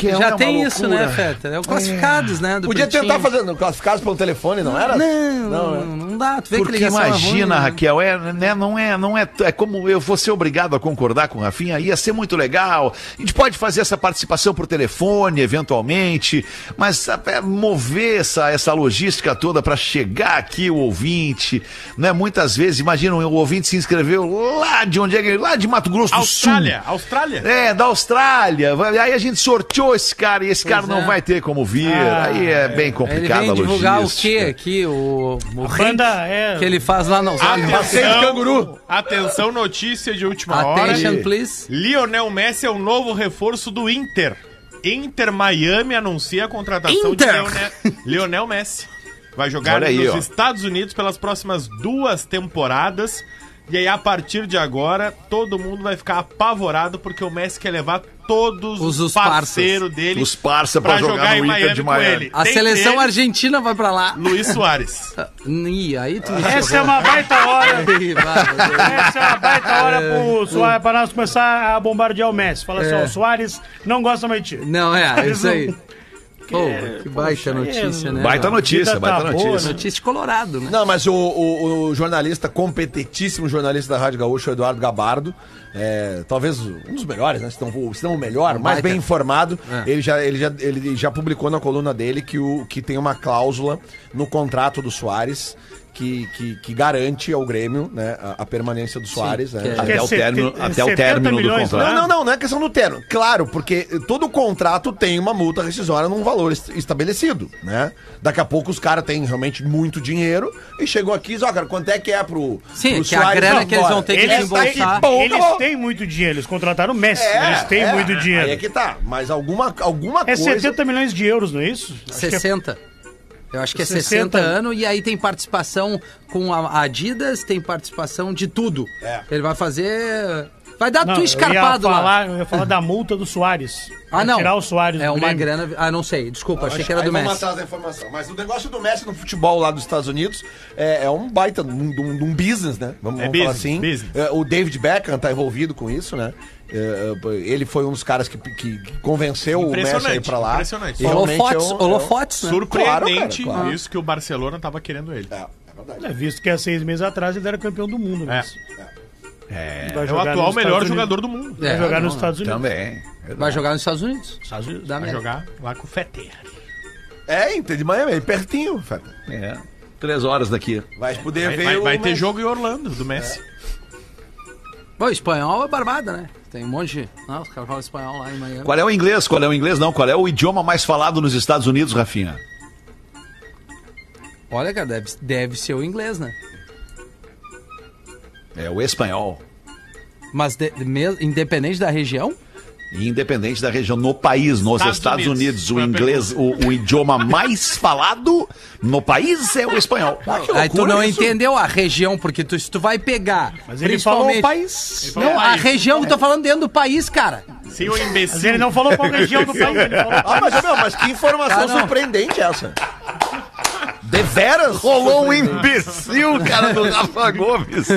Speaker 5: Já tem isso, né, Fetter? É o classificados, né? do
Speaker 6: Podia
Speaker 5: Pretinho.
Speaker 6: tentar fazer não, classificados pelo telefone, não era?
Speaker 5: Não, não, dá. Tu vê que
Speaker 4: Porque
Speaker 5: ligação é ruim,
Speaker 4: imagina,
Speaker 5: né?
Speaker 4: Raquel, é, né, não é, não é, é como eu vou ser obrigado a concordar com o Rafinha, ia ser muito legal. A gente pode fazer essa participação por telefone, eventualmente, mas até mover essa, essa logística toda para chegar aqui o ouvinte, né? Muitas vezes, imagina, o ouvinte se inscreveu lá de onde é que ele, lá de Mato Grosso
Speaker 7: Austrália,
Speaker 4: do Sul.
Speaker 7: Austrália.
Speaker 4: É, da Austrália. Vai- Aí a gente sorteou esse cara e esse cara
Speaker 5: é. Ah,
Speaker 4: não vai ter como vir. Aí é bem
Speaker 5: Ele
Speaker 4: complicada a
Speaker 5: vem divulgar o
Speaker 4: logística.
Speaker 5: quê aqui? O, o
Speaker 8: Banda é.
Speaker 5: que ele faz lá na Austrália.
Speaker 6: Passeio de canguru.
Speaker 7: Atenção, notícia de última hora.
Speaker 5: [LAUGHS] Attention, please.
Speaker 7: Lionel Messi é o novo reforço do Inter. Inter Miami anuncia a contratação
Speaker 5: Inter.
Speaker 7: de Leone- Lionel Messi. Vai jogar
Speaker 4: Olha aí,
Speaker 7: nos
Speaker 4: ó.
Speaker 7: Estados Unidos pelas próximas duas temporadas. E aí, a partir de agora, todo mundo vai ficar apavorado porque o Messi quer levar todos
Speaker 5: Os-
Speaker 7: os,
Speaker 5: os
Speaker 7: parceiros dele
Speaker 4: Os parça pra jogar no Inter de Miami.
Speaker 7: com ele.
Speaker 5: A
Speaker 7: Tem
Speaker 5: seleção é-
Speaker 7: dele,
Speaker 5: argentina vai pra lá.
Speaker 7: Luiz
Speaker 5: [LAUGHS]
Speaker 7: Soares.
Speaker 5: Ih, aí tu me
Speaker 8: Essa é
Speaker 5: ferrou.
Speaker 8: uma baita
Speaker 5: [LAUGHS]
Speaker 8: hora.
Speaker 5: Aí, vai, vai.
Speaker 8: Essa é uma baita hora pro Soares, pra nós começar a bombardear o Messi. Fala assim, ó, o Soares não gosta mais de ti.
Speaker 5: Não, é, é isso aí. Pô, que baita
Speaker 8: é,
Speaker 5: notícia, né?
Speaker 4: Baita
Speaker 5: mano?
Speaker 4: notícia,
Speaker 8: Vida
Speaker 4: baita
Speaker 8: tá boa,
Speaker 4: notícia.
Speaker 5: Notícia de Colorado, né?
Speaker 6: Não, mas o, o- o jornalista, competentíssimo jornalista da Rádio Gaúcho, Eduardo Gabardo, é, talvez um dos melhores, né? Se não, o- se não o melhor, mais
Speaker 5: Um baita.
Speaker 6: bem informado,
Speaker 5: É.
Speaker 6: ele, já, ele, já, ele já publicou na coluna dele que, o, que tem uma cláusula no contrato do Soares que, que, que garante ao Grêmio né, a, a permanência do Soares. né?
Speaker 5: que é-
Speaker 8: Que é
Speaker 4: Até o
Speaker 8: sete-
Speaker 4: término- até o
Speaker 8: 70
Speaker 4: término do
Speaker 8: milhões,
Speaker 4: contrato.
Speaker 8: né?
Speaker 6: Não, não, não, não é questão do termo. Claro, porque todo contrato tem uma multa rescisória num valor est- estabelecido, né? Daqui a pouco os caras têm realmente muito dinheiro e chegou aqui e diz, ó, cara, quanto é que é pro.
Speaker 5: Sim,
Speaker 6: pro
Speaker 5: que a
Speaker 6: Suárez?
Speaker 5: grana
Speaker 6: Não,
Speaker 5: que eles vão
Speaker 6: bora.
Speaker 5: ter que
Speaker 6: Essa
Speaker 5: desembolsar.
Speaker 6: daqui, bom,
Speaker 8: Eles
Speaker 6: acabou.
Speaker 8: têm muito dinheiro, eles contrataram o Messi,
Speaker 6: É,
Speaker 8: eles têm
Speaker 6: é,
Speaker 8: muito dinheiro.
Speaker 6: Aí é que tá, mas alguma, alguma
Speaker 7: tá
Speaker 8: É
Speaker 6: coisa.
Speaker 8: 70 milhões de euros, não é isso? Acho que é-
Speaker 5: 60. Eu acho que é 60,
Speaker 8: 60.
Speaker 5: anos e aí tem participação com a Adidas, tem participação de tudo.
Speaker 6: É.
Speaker 5: Ele vai fazer Vai dar tu escarpado
Speaker 8: eu ia
Speaker 5: lá.
Speaker 8: falar, Eu ia falar da multa do Soares.
Speaker 5: Ah, não.
Speaker 8: Tirar o Soares
Speaker 5: É
Speaker 8: do
Speaker 5: uma
Speaker 8: Grêmio.
Speaker 5: grana. Ah, não sei. Desculpa, achei que era
Speaker 6: Aí
Speaker 5: do
Speaker 6: vamos
Speaker 5: Messi.
Speaker 6: atrás da informação. Mas o negócio do Messi no futebol lá dos Estados Unidos é, é um baita, um, um, um business, né? Vamos,
Speaker 7: É
Speaker 6: vamos falar
Speaker 7: business,
Speaker 6: assim.
Speaker 7: business.
Speaker 6: É, o David Beckham tá envolvido com isso, né? É, é, ele foi um dos caras que, que convenceu o Messi a ir
Speaker 7: Impressionante,
Speaker 6: pra lá.
Speaker 7: impressionante.
Speaker 6: E realmente é
Speaker 5: Holofotes,
Speaker 6: um- é um-
Speaker 5: holofotes, né?
Speaker 7: Surpreendente
Speaker 6: Claro, cara, claro.
Speaker 7: isso que o Barcelona tava querendo ele.
Speaker 6: É, é verdade.
Speaker 8: É, visto que há seis meses atrás ele era campeão do mundo. Messi.
Speaker 5: né?
Speaker 8: Vai
Speaker 7: É o
Speaker 8: jogar
Speaker 7: atual
Speaker 8: nos
Speaker 7: melhor
Speaker 8: Estados
Speaker 7: jogador do mundo.
Speaker 8: Unidos. Vai jogar
Speaker 5: É, não, então,
Speaker 8: nos Estados Unidos.
Speaker 4: Também.
Speaker 5: Vai jogar nos Estados Unidos.
Speaker 8: Estados Unidos.
Speaker 5: Da
Speaker 7: Vai
Speaker 5: América.
Speaker 7: jogar lá com o Fetter.
Speaker 6: É, Inter de Miami, aí pertinho, Feta.
Speaker 4: É. Três horas daqui.
Speaker 6: Vai poder
Speaker 7: Vai,
Speaker 6: ver
Speaker 7: vai-
Speaker 6: o
Speaker 7: vai ter
Speaker 6: Messi.
Speaker 7: jogo em Orlando, do Messi.
Speaker 5: Bom, espanhol é barbada, né? Tem um monte de. Não, os caras falam espanhol lá em Miami.
Speaker 4: Qual é o inglês? Qual é o inglês? Não, qual é o idioma mais falado nos Estados Unidos, Rafinha?
Speaker 5: Olha, cara, deve, deve ser o inglês, né?
Speaker 4: É o espanhol.
Speaker 5: Mas de- me- independente da região,
Speaker 4: Independente da região, no país, nos
Speaker 7: Estados
Speaker 4: Estados,
Speaker 7: Unidos.
Speaker 4: Unidos, o inglês, o, o idioma [LAUGHS] mais falado no país é o
Speaker 5: Ah,
Speaker 4: espanhol.
Speaker 5: aí tu não entendeu a região, porque tu, se tu vai pegar.
Speaker 8: Mas ele falou o
Speaker 5: país.
Speaker 7: falou
Speaker 5: não,
Speaker 7: o
Speaker 5: a
Speaker 7: país.
Speaker 5: região que eu tô falando dentro do país, cara.
Speaker 7: Sim, o imbecil.
Speaker 8: Mas ele não falou qual região do país. Ele falou
Speaker 6: Ah, mas, meu, mas que informação
Speaker 5: Ah, não.
Speaker 6: surpreendente é. essa. De veras? Rolou um
Speaker 5: né?
Speaker 4: imbecil, cara, do
Speaker 5: [LAUGHS]
Speaker 4: Rafa Gomes.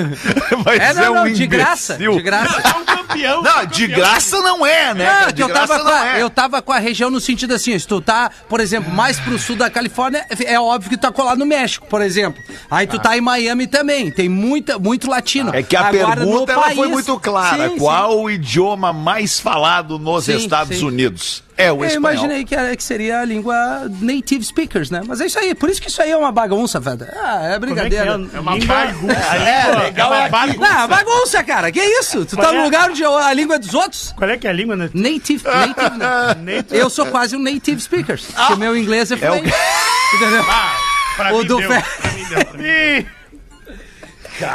Speaker 4: Mas um
Speaker 5: É, não, não, de graça. De graça.
Speaker 7: É um campeão.
Speaker 4: Não, de graça não é, né?
Speaker 5: Não,
Speaker 4: de
Speaker 5: que eu
Speaker 4: graça
Speaker 5: tava, com
Speaker 4: não
Speaker 5: a,
Speaker 4: é.
Speaker 5: eu tava com a região no sentido assim, se tu tá, por exemplo, mais pro sul da Califórnia, é óbvio que tu tá colado no México, por exemplo. Aí tu tá em Miami também, tem muita, muito latino.
Speaker 4: Ah. É que a
Speaker 5: Agora,
Speaker 4: pergunta
Speaker 5: no
Speaker 4: ela foi
Speaker 5: país-
Speaker 4: muito clara.
Speaker 5: Sim, sim.
Speaker 4: Qual o idioma mais falado nos
Speaker 5: Sim,
Speaker 4: Estados
Speaker 5: sim.
Speaker 4: Unidos? É o
Speaker 5: Eu
Speaker 4: espanhol.
Speaker 5: imaginei que, era, que seria a língua native speakers, né? Mas é isso aí, por isso que isso aí é uma bagunça, velho. Ah, é
Speaker 8: Como é, que
Speaker 5: brincadeira.
Speaker 8: é?
Speaker 7: É uma
Speaker 8: Língua-
Speaker 7: bagunça.
Speaker 6: É, legal é
Speaker 7: uma
Speaker 6: aqui.
Speaker 7: bagunça.
Speaker 5: Não, bagunça, cara, que isso? Tu tá
Speaker 8: Qual é?
Speaker 5: no lugar onde a língua dos outros?
Speaker 8: Qual é que é a língua, né?
Speaker 5: Native, native,
Speaker 6: [LAUGHS]
Speaker 5: né?
Speaker 8: Native.
Speaker 5: Eu sou quase um native speaker, porque o meu inglês é fluente. Entendeu?
Speaker 7: Pra
Speaker 5: O
Speaker 7: mim
Speaker 5: do
Speaker 7: deu,
Speaker 5: Fe-
Speaker 7: pra mim deu, pra
Speaker 8: [LAUGHS]
Speaker 7: mim deu.
Speaker 8: Ih,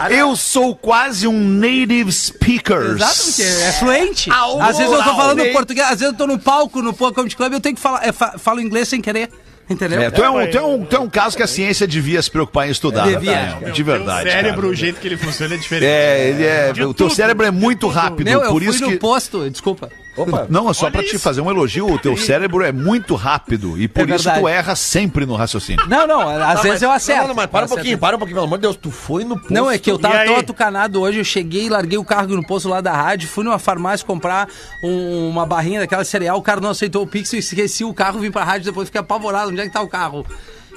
Speaker 4: Eu sou quase um native speaker.
Speaker 5: Exato, porque é fluente.
Speaker 4: Ao
Speaker 5: às vezes eu tô
Speaker 4: plural,
Speaker 5: falando
Speaker 4: né?
Speaker 5: português, às vezes eu tô num palco, no Pô Comedy Club, eu tenho que falar, eu fa- falo inglês sem querer. Entendeu?
Speaker 4: É, tu, é um, tu, é um, tu é um caso que a ciência devia se preocupar em estudar.
Speaker 5: Devia.
Speaker 4: Rafael, de verdade.
Speaker 7: O cérebro,
Speaker 4: cara.
Speaker 7: o jeito que ele funciona é diferente.
Speaker 4: É, ele é.
Speaker 8: De
Speaker 4: O teu
Speaker 8: tudo.
Speaker 4: cérebro é muito rápido.
Speaker 5: Meu, eu
Speaker 4: por
Speaker 5: fui
Speaker 4: isso
Speaker 5: no
Speaker 4: que.
Speaker 5: posto, desculpa.
Speaker 6: Opa.
Speaker 4: Não, é só pra te
Speaker 7: isso.
Speaker 4: fazer um elogio. O teu cérebro é muito rápido. E por isso
Speaker 5: É verdade.
Speaker 4: tu erra sempre no raciocínio.
Speaker 5: Não, não, às vezes eu acerto.
Speaker 6: Não, não, Tá, mas para um
Speaker 5: Acerto.
Speaker 6: pouquinho, para um pouquinho, pelo amor de Deus, tu foi no posto.
Speaker 5: Não, é que eu
Speaker 8: E
Speaker 5: tava
Speaker 8: aí?
Speaker 5: tão atucanado hoje, eu cheguei, larguei o cargo no posto lá da rádio, fui numa farmácia comprar um- uma barrinha daquela de cereal, o cara não aceitou o Pix, eu esqueci o carro, vim pra rádio, depois fiquei apavorado, onde é que tá o carro?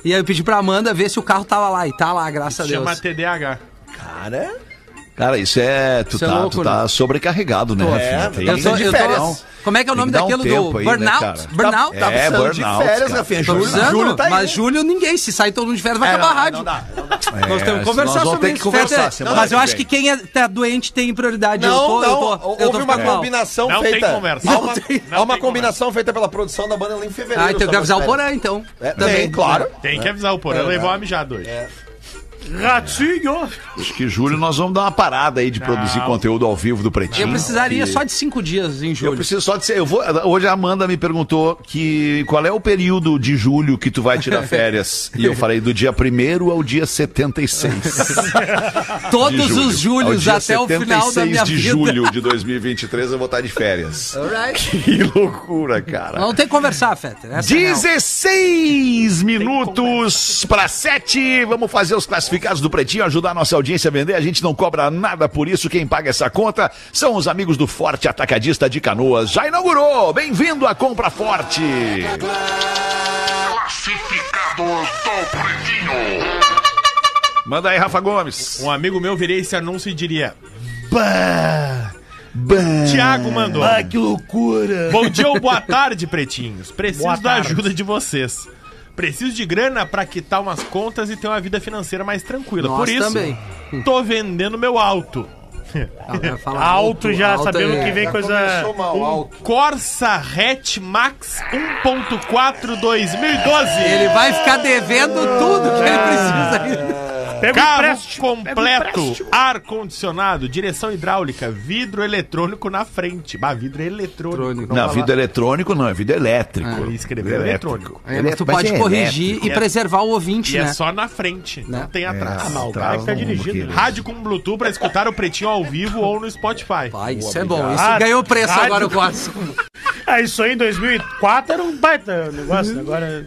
Speaker 5: E aí eu pedi pra Amanda ver se o carro tava lá, e tá lá, graças a
Speaker 7: Chama
Speaker 5: Deus.
Speaker 7: TDAH.
Speaker 6: Cara, né?
Speaker 4: Cara, isso é. Tu,
Speaker 5: Isso é
Speaker 4: tá,
Speaker 5: louco,
Speaker 4: tu tá
Speaker 5: né?
Speaker 4: sobrecarregado, né,
Speaker 5: Tô.
Speaker 4: Rafinha?
Speaker 6: É,
Speaker 4: Tem-
Speaker 5: Eu sou,
Speaker 6: de
Speaker 5: eu tô-
Speaker 6: férias.
Speaker 5: como é que é o nome
Speaker 4: Tem que dar um
Speaker 5: daquele
Speaker 4: tempo
Speaker 5: do
Speaker 4: aí, né,
Speaker 5: burnout?
Speaker 4: cara?
Speaker 5: burnout?
Speaker 4: Tá- É,
Speaker 6: precisando de
Speaker 4: burnout,
Speaker 6: férias,
Speaker 4: cara.
Speaker 6: Rafinha.
Speaker 5: Tô
Speaker 6: Júlio,
Speaker 5: precisando,
Speaker 6: Júlio tá aí.
Speaker 5: mas julho ninguém, se sai todo mundo de férias vai
Speaker 6: É,
Speaker 5: acabar a
Speaker 6: não,
Speaker 5: rádio.
Speaker 6: não dá, não dá.
Speaker 5: Nós temos
Speaker 4: É,
Speaker 5: que conversar
Speaker 4: nós vamos
Speaker 5: sobre
Speaker 4: ter
Speaker 5: isso.
Speaker 4: que conversar
Speaker 5: Feta.
Speaker 4: semana
Speaker 5: mas eu
Speaker 4: que
Speaker 5: acho que
Speaker 4: vem.
Speaker 5: quem é, tá doente tem prioridade. eu
Speaker 6: Não,
Speaker 5: tô, eu tô,
Speaker 6: não,
Speaker 5: eu tô
Speaker 6: houve uma
Speaker 5: ficando mal.
Speaker 6: combinação
Speaker 7: Não tem
Speaker 6: feita.
Speaker 7: conversa.
Speaker 6: Há
Speaker 7: Não
Speaker 6: uma,
Speaker 7: tem-
Speaker 6: há
Speaker 7: não
Speaker 6: uma
Speaker 7: tem
Speaker 6: combinação feita pela produção da banda lá em fevereiro.
Speaker 5: Ah, então tem que
Speaker 6: sobre
Speaker 5: avisar o
Speaker 6: as férias.
Speaker 5: Porã, então.
Speaker 6: É, também, claro.
Speaker 7: Tem que avisar o
Speaker 5: É,
Speaker 7: Porã, ele
Speaker 5: né?
Speaker 7: levou a mijada hoje.
Speaker 8: ratinho.
Speaker 4: Acho que julho nós vamos dar uma parada aí de produzir conteúdo ao vivo do Pretinho.
Speaker 5: Eu precisaria
Speaker 4: que-
Speaker 5: só de cinco dias em
Speaker 4: Eu
Speaker 5: julho.
Speaker 4: preciso só dizer, eu vou, hoje a Amanda me perguntou que qual é o período de julho que tu vai
Speaker 5: [LAUGHS]
Speaker 4: tirar férias. e eu falei do dia 1 ao dia 76. de
Speaker 5: Todos
Speaker 4: julho.
Speaker 5: os
Speaker 4: Ao
Speaker 5: júlios
Speaker 4: dia
Speaker 5: até o final da
Speaker 4: 76
Speaker 5: minha
Speaker 4: de
Speaker 5: vida.
Speaker 4: julho de 2023 eu vou estar de férias.
Speaker 5: [LAUGHS] Alright.
Speaker 4: Que loucura, cara.
Speaker 5: Não tem que conversar, Feta. Essa é a real.
Speaker 4: 16 minutos para 7. Vamos fazer os classificados do Pretinho, ajudar a nossa audiência a vender. A gente não cobra nada por isso. Quem paga essa conta são os amigos do Forte Atacadista de Canoas. Já inaugurou. Bem-vindo à Compra Forte.
Speaker 9: Classificados do Pretinho.
Speaker 4: Manda aí, Rafa Gomes.
Speaker 7: Um amigo meu viria esse anúncio e diria:
Speaker 4: Bah, bah.
Speaker 7: Tiago mandou.
Speaker 4: Ah, que loucura.
Speaker 7: Bom dia ou boa tarde, pretinhos. Preciso
Speaker 8: Boa
Speaker 7: da
Speaker 8: tarde.
Speaker 7: ajuda de vocês. Preciso de grana pra quitar umas contas e ter uma vida financeira mais tranquila.
Speaker 5: Nós
Speaker 7: Por isso,
Speaker 5: também.
Speaker 7: tô vendendo meu alto.
Speaker 5: Ah, vai falar
Speaker 8: Alto já,
Speaker 5: alto
Speaker 8: sabendo
Speaker 5: é-
Speaker 8: que vem
Speaker 6: Já
Speaker 8: coisa...
Speaker 6: começou
Speaker 7: um
Speaker 6: mal, alto.
Speaker 7: Corsa Hatch Max 1.4 2012.
Speaker 5: Ele vai ficar devendo tudo que ele precisa ainda.
Speaker 8: Pega o
Speaker 7: Carro
Speaker 8: É um empréstimo.
Speaker 7: completo, ar-condicionado, direção hidráulica, vidro eletrônico na frente. Bah, vidro eletrônico.
Speaker 5: Eletrônico.
Speaker 7: não
Speaker 4: Não,
Speaker 7: fala-
Speaker 4: vidro eletrônico não, é vidro elétrico.
Speaker 7: Ah, ele escreveu
Speaker 4: Vidro
Speaker 7: eletrônico.
Speaker 5: Aí,
Speaker 4: Ele
Speaker 5: mas
Speaker 4: é-
Speaker 5: tu
Speaker 4: mas
Speaker 5: pode
Speaker 4: é
Speaker 5: corrigir
Speaker 4: elétrico.
Speaker 5: e preservar o ouvinte,
Speaker 7: E
Speaker 5: né?
Speaker 7: é só na frente, não,
Speaker 5: Né?
Speaker 7: tem atrás.
Speaker 4: Ah,
Speaker 8: o cara que tá
Speaker 4: trava um
Speaker 8: dirigindo,
Speaker 4: pouquinho.
Speaker 7: Rádio com Bluetooth pra escutar o Pretinho ao vivo ou no Spotify.
Speaker 5: Pai, isso é bom. Isso
Speaker 8: Ah,
Speaker 5: ganhou preço
Speaker 8: rádio.
Speaker 5: agora o Corsa.
Speaker 8: Ah, isso aí em 2004 era um baita negócio. Agora.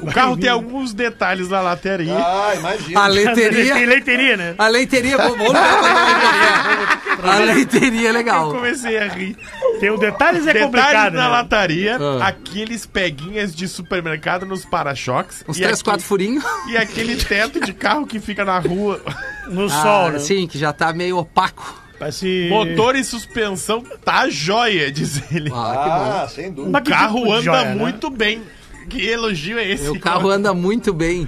Speaker 7: O carro tem alguns detalhes na lataria.
Speaker 6: Ah, imagina.
Speaker 5: A
Speaker 8: Tem
Speaker 5: leiteria.
Speaker 8: leiteria, né?
Speaker 5: A leiteria, bom, vamos ver a leiteria. A leiteria é
Speaker 7: Eu
Speaker 5: legal.
Speaker 7: comecei a rir.
Speaker 8: Tem o detalhes [LAUGHS] é
Speaker 7: Detalhes
Speaker 8: complicado.
Speaker 7: na
Speaker 8: Né?
Speaker 7: lataria,
Speaker 5: Ah.
Speaker 7: aqueles peguinhas de supermercado nos para-choques.
Speaker 5: Uns
Speaker 7: e
Speaker 5: três,
Speaker 7: aqui-
Speaker 5: quatro furinhos.
Speaker 7: E aquele teto de carro que fica na rua. [LAUGHS]
Speaker 8: No sol,
Speaker 5: Ah,
Speaker 8: né?
Speaker 5: sim, que já tá meio opaco.
Speaker 8: Parece-
Speaker 7: Motor e suspensão tá jóia, diz ele.
Speaker 5: Ah,
Speaker 6: Ah, sem dúvida.
Speaker 8: Mas
Speaker 7: O
Speaker 8: que
Speaker 7: carro
Speaker 8: tipo de
Speaker 7: anda
Speaker 8: joia, né?
Speaker 7: muito bem. Que elogio é
Speaker 5: que
Speaker 7: esse?
Speaker 5: bom. O carro anda muito bem.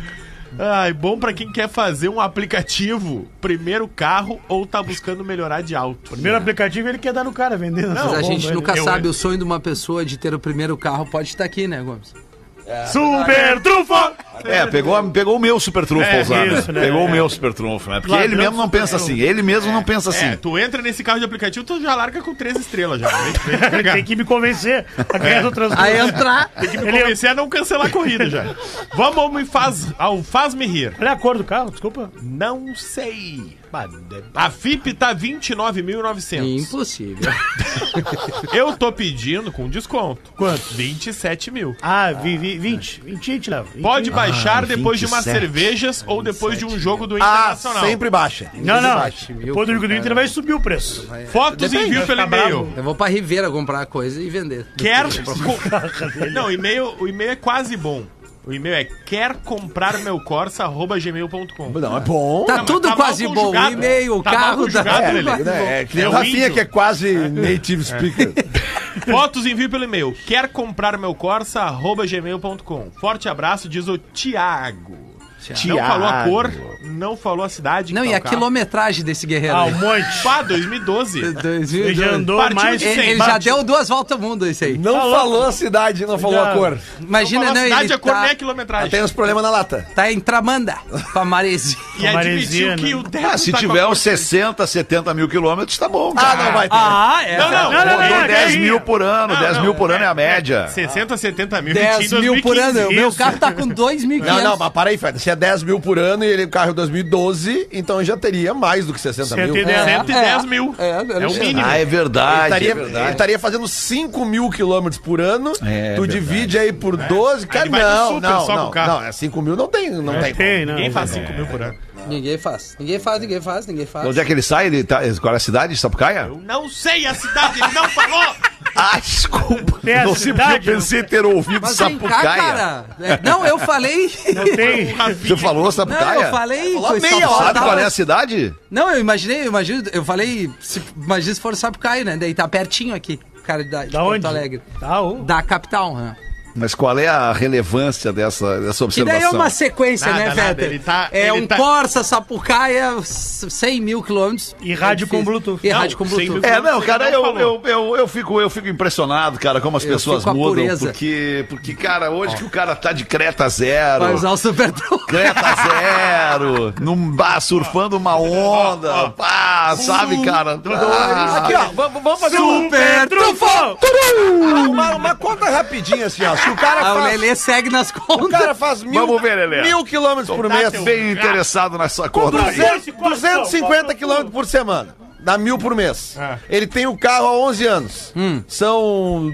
Speaker 7: Ai, bom pra quem quer fazer um aplicativo. Primeiro carro ou tá buscando melhorar de né? alto.
Speaker 8: Primeiro aplicativo ele quer dar no cara vendendo. né?
Speaker 7: Mas
Speaker 5: Mas
Speaker 7: Tá
Speaker 5: a
Speaker 7: bom,
Speaker 5: gente
Speaker 7: velho.
Speaker 5: nunca
Speaker 7: Eu-
Speaker 8: é.
Speaker 5: sabe, o sonho de uma pessoa de ter o primeiro carro pode estar aqui, né, Gomes?
Speaker 8: Super trufo!
Speaker 4: É, pegou, pegou o meu super trunfo,
Speaker 7: É,
Speaker 4: ousado.
Speaker 8: isso, né?
Speaker 4: Pegou o meu super trunfo, né? Porque
Speaker 8: Ladrão
Speaker 4: ele mesmo não
Speaker 8: super
Speaker 4: pensa
Speaker 8: trunfo.
Speaker 4: assim, ele mesmo não pensa assim.
Speaker 7: É, tu entra nesse carro de aplicativo, tu já larga com três estrelas já.
Speaker 8: Tem que me convencer a
Speaker 7: É.
Speaker 8: ganhar outras
Speaker 5: A
Speaker 8: duas.
Speaker 5: entrar.
Speaker 8: é-
Speaker 7: Ele comecei a não cancelar a corrida já. Vamos me faz, ao faz me rir.
Speaker 8: Olha a cor do carro, desculpa.
Speaker 7: Não sei. A FIP tá 29.900.
Speaker 5: Impossível.
Speaker 7: Eu tô pedindo com desconto. Quanto? 27 mil.
Speaker 8: Ah, vi, vi, 20. 20 a gente leva. 20.
Speaker 7: Pode baixar depois de umas
Speaker 4: 27.
Speaker 7: cervejas ou depois de um jogo do
Speaker 6: Ah,
Speaker 7: Internacional.
Speaker 6: sempre baixa.
Speaker 8: Não, não.
Speaker 5: Bate, viu,
Speaker 8: Depois do jogo do
Speaker 5: cara.
Speaker 8: Inter vai subir o preço.
Speaker 7: Fotos e envio pelo
Speaker 8: vai ficar
Speaker 7: e-mail.
Speaker 8: bravo.
Speaker 5: Eu vou pra Rivera comprar coisa e vender.
Speaker 7: Quer. co- Não, o e-mail, o e-mail é quase bom. O e-mail é quer comprar meu Corsa, arroba gmail.com.
Speaker 6: Não, é bom.
Speaker 5: Tá tudo
Speaker 7: mal
Speaker 5: quase bom. O
Speaker 7: conjugado.
Speaker 5: e-mail, o
Speaker 7: Tá mal
Speaker 5: carro da.
Speaker 7: conjugado,
Speaker 5: tudo
Speaker 7: Lelê.
Speaker 5: quase bom.
Speaker 6: É, é que nem
Speaker 7: É
Speaker 6: o
Speaker 7: um
Speaker 6: Rafinha
Speaker 7: índio. É.
Speaker 6: que é quase native
Speaker 7: [LAUGHS]
Speaker 6: speaker.
Speaker 7: Fotos e envio pelo e-mail. Quer comprar meu Corsa, arroba gmail.com. Forte abraço, diz o Tiago. Não
Speaker 4: Tiago.
Speaker 7: falou a cor, não falou a cidade. que
Speaker 5: Não,
Speaker 7: tá
Speaker 5: e
Speaker 7: o
Speaker 5: a
Speaker 7: carro.
Speaker 5: quilometragem desse guerreiro.
Speaker 8: Ah,
Speaker 5: aí.
Speaker 8: um monte.
Speaker 5: [LAUGHS]
Speaker 7: Pá, 2012.
Speaker 5: Dois mil e
Speaker 8: Ele já
Speaker 5: dois.
Speaker 8: andou
Speaker 7: Partiu
Speaker 8: mais
Speaker 7: de
Speaker 5: Ele,
Speaker 7: cem.
Speaker 5: ele já deu duas voltas ao mundo, isso aí.
Speaker 6: Não
Speaker 7: Tá
Speaker 8: louco.
Speaker 6: falou a cidade, não falou a
Speaker 8: Cuidado.
Speaker 6: cor.
Speaker 5: Imagina, não,
Speaker 7: Velocidade,
Speaker 5: ele
Speaker 7: Então, a cor nem é
Speaker 5: tá,
Speaker 7: quilometragem.
Speaker 6: Tem uns problemas na lata.
Speaker 5: tá em Tramanda, pra Maresi.
Speaker 7: E admitiu
Speaker 8: Maresia,
Speaker 7: que
Speaker 8: né?
Speaker 7: o teto
Speaker 4: Ah, se
Speaker 7: tá com a
Speaker 4: tiver
Speaker 7: cor-
Speaker 4: uns 60, 70 mil quilômetros, tá bom.
Speaker 6: Ah,
Speaker 4: cara.
Speaker 6: não vai ter.
Speaker 5: Ah, é.
Speaker 7: Não,
Speaker 8: Não,
Speaker 7: não,
Speaker 8: não, não,
Speaker 4: Ou
Speaker 8: não,
Speaker 4: 10
Speaker 8: não,
Speaker 4: mil
Speaker 8: não.
Speaker 4: por ano, 10 mil por ano é a média.
Speaker 7: 60, 70 mil.
Speaker 5: 10
Speaker 7: tinha em
Speaker 5: mil por
Speaker 7: 2015.
Speaker 5: ano. O meu
Speaker 7: Isso.
Speaker 5: carro tá com 2.500.
Speaker 6: Não, não, mas para aí, Fred. Se é 10 mil por ano e ele o carro é 2012, então já teria mais do que
Speaker 4: Tá
Speaker 6: 60 mil.
Speaker 8: Cento e
Speaker 6: Ele
Speaker 8: dez.
Speaker 7: 110 mil.
Speaker 5: É, é,
Speaker 7: É o
Speaker 5: é.
Speaker 7: mínimo.
Speaker 4: Ah, é verdade.
Speaker 6: estaria,
Speaker 4: é verdade.
Speaker 6: ele estaria fazendo 5 mil quilômetros por ano.
Speaker 4: É,
Speaker 6: tu
Speaker 4: verdade.
Speaker 6: divide aí por 12. Cara,
Speaker 7: É. ele vai no
Speaker 6: não,
Speaker 7: super
Speaker 6: não,
Speaker 7: só com
Speaker 6: não,
Speaker 7: o carro. É,
Speaker 6: não. É 5 mil não tem. Não tem.
Speaker 8: Tem, não.
Speaker 7: Ninguém
Speaker 4: Tá
Speaker 7: faz 5 mil por ano.
Speaker 5: Ninguém faz. Ninguém faz, ninguém faz, ninguém faz.
Speaker 4: Então, onde é que ele sai? Ele tá, qual é a cidade? Sapucaia?
Speaker 7: Eu não sei a cidade, ele não falou.
Speaker 4: Ah, desculpa.
Speaker 8: Tem a
Speaker 4: não sei porque eu
Speaker 8: cidade,
Speaker 4: pensei ter ouvido
Speaker 5: Mas vem cá,
Speaker 4: Sapucaia.
Speaker 5: cara. É, Não, eu falei.
Speaker 8: Tem.
Speaker 4: Você falou
Speaker 5: Não, eu
Speaker 4: Sapucaia?
Speaker 5: falei. foi
Speaker 4: Meia
Speaker 5: só- só
Speaker 4: hora. Sabe
Speaker 5: tava-
Speaker 4: qual é a cidade?
Speaker 5: [LAUGHS] Não, eu imaginei, eu imaginei, eu falei, se, imagina se for Sapucaí, né? Daí tá pertinho aqui, cara da, de
Speaker 8: Da
Speaker 5: Porto
Speaker 8: onde?
Speaker 5: Alegre.
Speaker 8: Tá, ô.
Speaker 5: Da capital, né?
Speaker 4: Mas qual é a relevância dessa, dessa
Speaker 5: Que daí é
Speaker 4: observação?
Speaker 5: uma sequência,
Speaker 7: Nada,
Speaker 5: né,
Speaker 7: nada,
Speaker 5: Vetter?
Speaker 7: ele tá-
Speaker 5: é
Speaker 7: ele
Speaker 5: um
Speaker 7: tá-
Speaker 5: Corsa, Sapucaia, 100 mil quilômetros.
Speaker 8: E rádio
Speaker 5: É difícil.
Speaker 8: com Bluetooth.
Speaker 5: E
Speaker 7: Não,
Speaker 5: rádio com
Speaker 7: 100 mil
Speaker 5: Bluetooth.
Speaker 4: É,
Speaker 7: Não,
Speaker 4: não,
Speaker 7: você
Speaker 4: cara,
Speaker 7: não
Speaker 4: eu,
Speaker 7: falou.
Speaker 4: eu, eu, eu, fico, eu fico impressionado, cara, como as
Speaker 5: Eu
Speaker 4: pessoas
Speaker 5: fico a
Speaker 4: mudam.
Speaker 5: pureza.
Speaker 4: Porque, porque, cara, hoje que o cara tá de Creta Zero.
Speaker 5: Vai usar o Super Truck.
Speaker 4: Creta
Speaker 5: [LAUGHS]
Speaker 4: Zero, num bar surfando uma onda, pá, sabe, cara? Ah,
Speaker 6: Um, Aqui, ó, vamos, vamos fazer um-
Speaker 5: Super Trufo!
Speaker 6: Uh! uma, uma conta rapidinha assim, ó. Se o cara
Speaker 5: Ah, o
Speaker 6: faz,
Speaker 5: Lelê segue nas
Speaker 6: o
Speaker 5: contas.
Speaker 6: cara faz mil,
Speaker 4: Vamos ver, Lelê.
Speaker 6: mil quilômetros por mês,
Speaker 4: bem interessado nessa conta aí.
Speaker 6: 200, 250 quilômetros por semana. Dá mil por mês.
Speaker 7: É.
Speaker 6: Ele tem o carro há 11 anos.
Speaker 4: Hum.
Speaker 6: São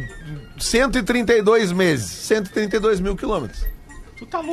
Speaker 6: 132 meses. 132 mil quilômetros.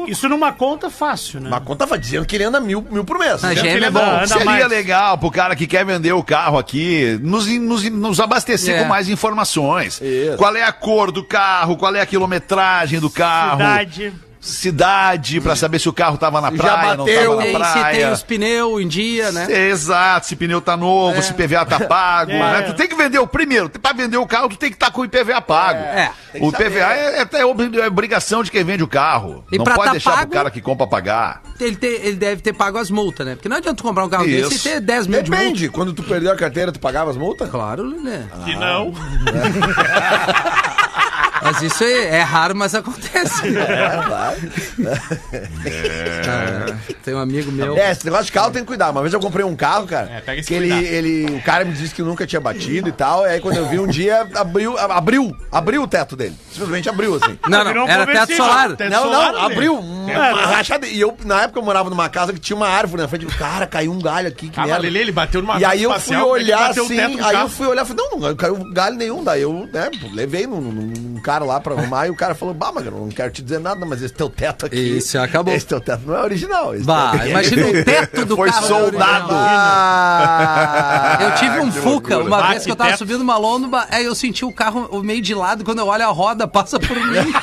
Speaker 8: Isso numa conta fácil, né?
Speaker 6: Mas quando tava dizendo que ele anda mil, mil por mês.
Speaker 5: Ah,
Speaker 6: Dizendo
Speaker 5: já
Speaker 6: que
Speaker 5: é
Speaker 6: ele
Speaker 5: bom.
Speaker 8: Anda
Speaker 4: Seria
Speaker 8: mais.
Speaker 4: legal pro cara que quer vender o carro aqui nos, nos, nos abastecer
Speaker 5: É.
Speaker 4: com mais informações.
Speaker 6: Isso.
Speaker 4: Qual é a cor do carro, qual é a quilometragem do carro, cidade,
Speaker 8: Cidade.
Speaker 4: pra saber se o carro tava na
Speaker 6: Já
Speaker 4: praia,
Speaker 6: bateu.
Speaker 4: não
Speaker 5: E
Speaker 4: tava na
Speaker 5: se tem
Speaker 4: praia.
Speaker 5: os pneus em dia, né? É.
Speaker 4: Exato, se pneu tá novo, se PVA tá
Speaker 5: [LAUGHS]
Speaker 4: pago,
Speaker 8: É.
Speaker 4: né? Tu tem que vender o primeiro, pra vender o carro, tu tem que estar com o IPVA pago.
Speaker 5: É,
Speaker 6: tem que
Speaker 4: o
Speaker 6: saber.
Speaker 4: PVA é, é até obri- é obrigação de quem vende o carro.
Speaker 5: E
Speaker 4: não
Speaker 5: pra
Speaker 4: pode
Speaker 5: tá
Speaker 4: deixar
Speaker 5: pago-
Speaker 4: pro cara que compra pagar.
Speaker 5: Ele, tem- ele deve ter pago as multas, né? Porque não adianta tu comprar um carro
Speaker 4: Isso.
Speaker 5: desse e ter 10 mil de multa. né?
Speaker 6: Depende. Quando tu
Speaker 4: Ah.
Speaker 6: perdeu a carteira, tu pagava as multas?
Speaker 5: Claro, Lelê.
Speaker 7: Que não.
Speaker 5: Mas isso é, é raro, mas acontece.
Speaker 4: [LAUGHS]
Speaker 5: É. Tem um amigo meu.
Speaker 6: É, esse negócio de carro tem que cuidar. Uma vez eu comprei um carro, cara.
Speaker 7: É, pega esse
Speaker 6: que ele,
Speaker 7: cuidado.
Speaker 6: ele, o cara me disse que nunca tinha batido e tal. E aí quando eu vi um dia, abriu, abriu, abriu o teto dele. Simplesmente abriu, assim.
Speaker 5: Não,
Speaker 8: virou um
Speaker 5: não, era teto
Speaker 8: conversível.
Speaker 5: solar.
Speaker 7: Teto
Speaker 6: Não,
Speaker 7: solar,
Speaker 6: não,
Speaker 7: né?
Speaker 6: abriu uma
Speaker 8: É.
Speaker 6: rachada. E eu, na época, eu morava numa casa que tinha uma árvore na frente. Eu, Cara, caiu um galho aqui, que
Speaker 7: Ah, mas
Speaker 6: merda.
Speaker 7: Lelê, ele bateu numa
Speaker 6: E aí eu fui
Speaker 7: espacial, tem que
Speaker 6: olhar
Speaker 7: bater o
Speaker 6: assim,
Speaker 7: teto do
Speaker 6: aí eu
Speaker 7: carro.
Speaker 6: fui olhar e falei, não, não caiu galho nenhum. Daí eu, né, levei num, num- num cara lá pra arrumar e o cara falou, bah, mas eu não quero te dizer nada, mas esse teu teto aqui...
Speaker 5: Isso, acabou.
Speaker 6: Esse teu teto não é original. Esse
Speaker 5: Bah,
Speaker 6: teto aqui é-
Speaker 5: imagina o teto do
Speaker 4: Foi
Speaker 5: carro.
Speaker 4: soldado.
Speaker 6: Ah,
Speaker 5: Eu
Speaker 7: [LAUGHS]
Speaker 5: tive um
Speaker 4: que
Speaker 5: Fuca
Speaker 4: loucura.
Speaker 5: uma
Speaker 7: Bate
Speaker 5: vez que eu tava
Speaker 7: teto.
Speaker 5: subindo uma lomba, aí eu senti o carro o meio de lado, quando eu olho a roda, passa
Speaker 4: [LAUGHS]
Speaker 5: por mim.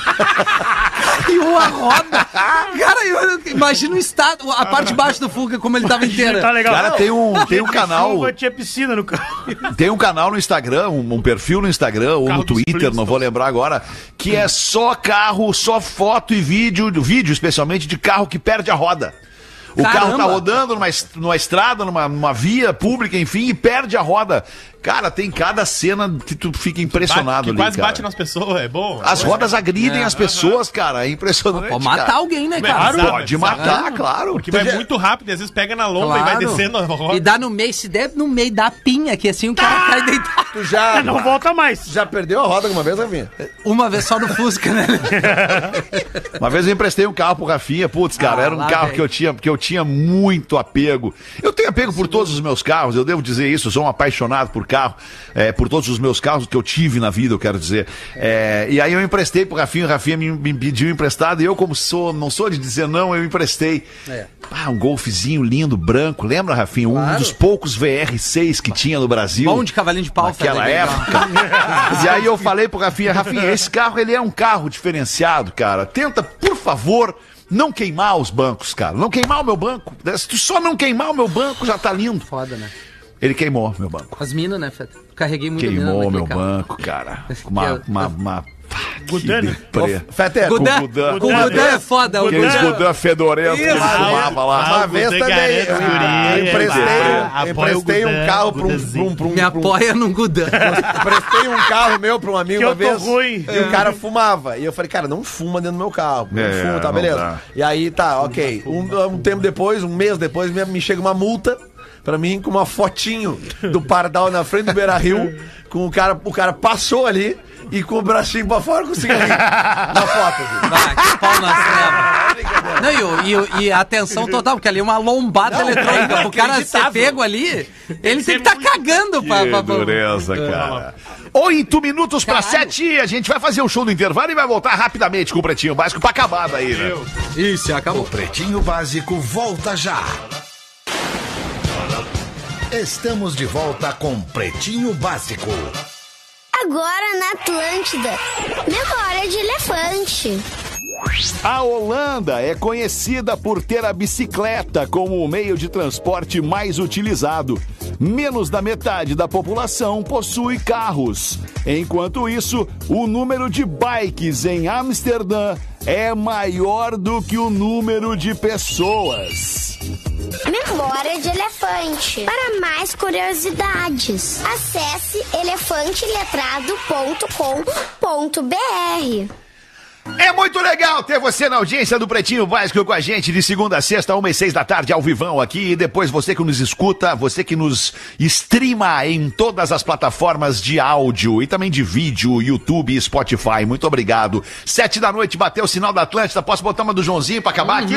Speaker 5: e uma roda. Cara, eu- imagina o estado, a parte de baixo do Fuca, como ele tava inteira.
Speaker 8: Tá legal.
Speaker 4: Cara, tem um, tem um canal,
Speaker 8: Chuva, tinha piscina no carro.
Speaker 4: tem um canal no Instagram, um, um perfil no Instagram ou
Speaker 7: Carro
Speaker 4: no
Speaker 7: dos então.
Speaker 4: Twitter, não vou lembrar agora, que é só carro, só foto e vídeo, vídeo especialmente de carro que perde a roda. O carro tá
Speaker 5: Caramba.
Speaker 4: rodando numa, es- numa estrada, numa, numa via pública, enfim, e perde a roda. Cara, tem cada cena que tu fica
Speaker 7: Bate-
Speaker 4: impressionado
Speaker 7: que
Speaker 4: ali,
Speaker 7: quase
Speaker 4: cara. Ah,
Speaker 7: bate nas pessoas, é bom.
Speaker 4: As rodas agridem as pessoas, cara. É impressionante.
Speaker 5: Pode matar
Speaker 4: cara.
Speaker 5: alguém, né,
Speaker 7: Claro.
Speaker 5: cara?
Speaker 7: Exato,
Speaker 4: Pode
Speaker 7: exato.
Speaker 4: matar, claro.
Speaker 7: Que né? vai muito rápido, e às vezes pega na lomba e vai
Speaker 5: Claro.
Speaker 7: descendo a roda.
Speaker 5: E dá no meio, se der no meio da pinha, que assim o cara cai deitado.
Speaker 6: tu
Speaker 8: [LAUGHS]
Speaker 6: já,
Speaker 8: Não volta mais.
Speaker 6: já perdeu a roda alguma vez, Rafinha?
Speaker 5: Uma vez só no Fusca, né?
Speaker 4: Uma vez eu emprestei um carro pro Rafinha, putz, cara,
Speaker 5: Ah,
Speaker 4: era um
Speaker 5: lá
Speaker 4: carro
Speaker 5: vem.
Speaker 4: que eu, tinha, que eu tinha muito apego. Eu tenho apego por todos os meus carros, eu devo dizer isso, eu sou um apaixonado por carro, é, por todos os meus carros que eu tive na vida, eu quero dizer. É, e aí eu emprestei pro Rafinha, o Rafinha me, me pediu emprestado, e eu, como sou, não sou de dizer não, eu emprestei. Ah, um golfezinho lindo, branco, lembra, Rafinha? Um
Speaker 5: É. Claro.
Speaker 4: dos poucos VR6 que tinha no Brasil.
Speaker 5: Bom de cavalinho de pau,
Speaker 4: Naquela
Speaker 5: Fred, legal.
Speaker 4: época. [LAUGHS] e aí eu falei pro Rafinha, Rafinha, esse carro ele é um carro diferenciado, cara. Tenta, por favor, não queimar os bancos, cara. Não queimar o meu banco. Se tu só não queimar o meu banco, já tá lindo.
Speaker 5: Foda, né?
Speaker 4: Ele queimou meu banco.
Speaker 5: As minas, né, Feta? Carreguei muito mina
Speaker 4: Queimou
Speaker 5: naquele
Speaker 4: meu
Speaker 5: carro.
Speaker 4: banco,
Speaker 5: [LAUGHS]
Speaker 4: cara. Com Uma,
Speaker 5: Eu-
Speaker 4: uma, uma... pá, que
Speaker 8: Gudano.
Speaker 4: deprê.
Speaker 6: Fete,
Speaker 5: Godin,
Speaker 4: Com o Godin.
Speaker 5: o Godin é foda. O
Speaker 4: Aqueles
Speaker 5: Godin-
Speaker 4: Gudã fedorentos que ele
Speaker 5: Isso.
Speaker 4: fumava lá.
Speaker 6: Uma
Speaker 7: Ah, o
Speaker 6: vez
Speaker 7: Gudan
Speaker 6: também,
Speaker 7: garante
Speaker 6: eu
Speaker 7: o guri,
Speaker 6: eu
Speaker 7: bah,
Speaker 6: emprestei,
Speaker 7: apoia
Speaker 6: emprestei
Speaker 7: o
Speaker 6: um
Speaker 7: Gudan,
Speaker 6: carro pra um, pra
Speaker 7: Gudanzinho.
Speaker 6: um, pra um-
Speaker 5: Me
Speaker 6: pra um-
Speaker 5: apoia num Gudan.
Speaker 6: Emprestei um carro meu pra um amigo
Speaker 8: Que eu
Speaker 6: uma
Speaker 8: tô
Speaker 6: vez.
Speaker 8: ruim.
Speaker 6: E o cara fumava. E eu falei, cara, não fuma dentro do meu carro. Não
Speaker 4: É,
Speaker 6: fuma, tá,
Speaker 4: não
Speaker 6: beleza.
Speaker 4: dá.
Speaker 6: E aí tá, ok. Um, um tempo depois, um mês depois, me, me chega uma multa pra mim com uma fotinho do Pardal na frente do Beira Rio.
Speaker 8: [LAUGHS]
Speaker 6: Com o cara, o cara passou ali e com o bracinho pra fora com o cigarrinho. na foto. assim.
Speaker 5: Ah, que pau nas trevas. Não, e o- e, o- e a atenção total, porque ali é uma lombada eletrônica. o cara ser pego ali, ele tem que estar cagando pra. pra-
Speaker 4: Que
Speaker 5: pra-
Speaker 4: dureza, cara. Oito minutos pra
Speaker 5: Caralho.
Speaker 4: sete. A gente vai fazer o show do intervalo e vai voltar rapidamente com o Pretinho Básico pra acabar daí, né?
Speaker 5: Isso, acabou.
Speaker 2: Pretinho Básico volta já. Estamos de volta com Pretinho Básico.
Speaker 10: Agora na Atlântida. Memória de elefante.
Speaker 4: A Holanda é conhecida por ter a bicicleta como o meio de transporte mais utilizado. Menos da metade da população possui carros. Enquanto isso, o número de bikes em Amsterdã é maior do que o número de pessoas.
Speaker 10: Memória de elefante. Para mais curiosidades, acesse elefanteletrado.com.br.
Speaker 4: É muito legal ter você na audiência do Pretinho Básico com a gente de segunda a sexta, uma e seis da tarde, ao vivão aqui. E depois você que nos escuta, você que nos streama em todas as plataformas de áudio e também de vídeo, YouTube e Spotify. Muito obrigado. Sete da noite, bateu o sinal da Atlântida. Posso botar uma do Joãozinho pra acabar aqui?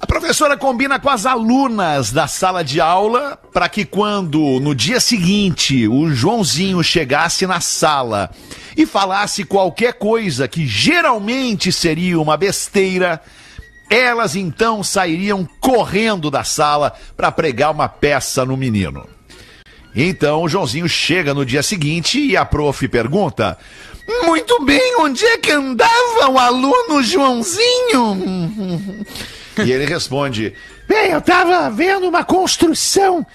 Speaker 4: A professora combina com as alunas da sala de aula para que quando no dia seguinte o Joãozinho chegasse na sala e falasse qualquer coisa que geralmente seria uma besteira, elas então sairiam correndo da sala para pregar uma peça no menino. Então o Joãozinho chega no dia seguinte e a prof pergunta: Muito bem, onde é que andava o aluno Joãozinho? [LAUGHS] E ele responde: Bem, eu tava vendo uma construção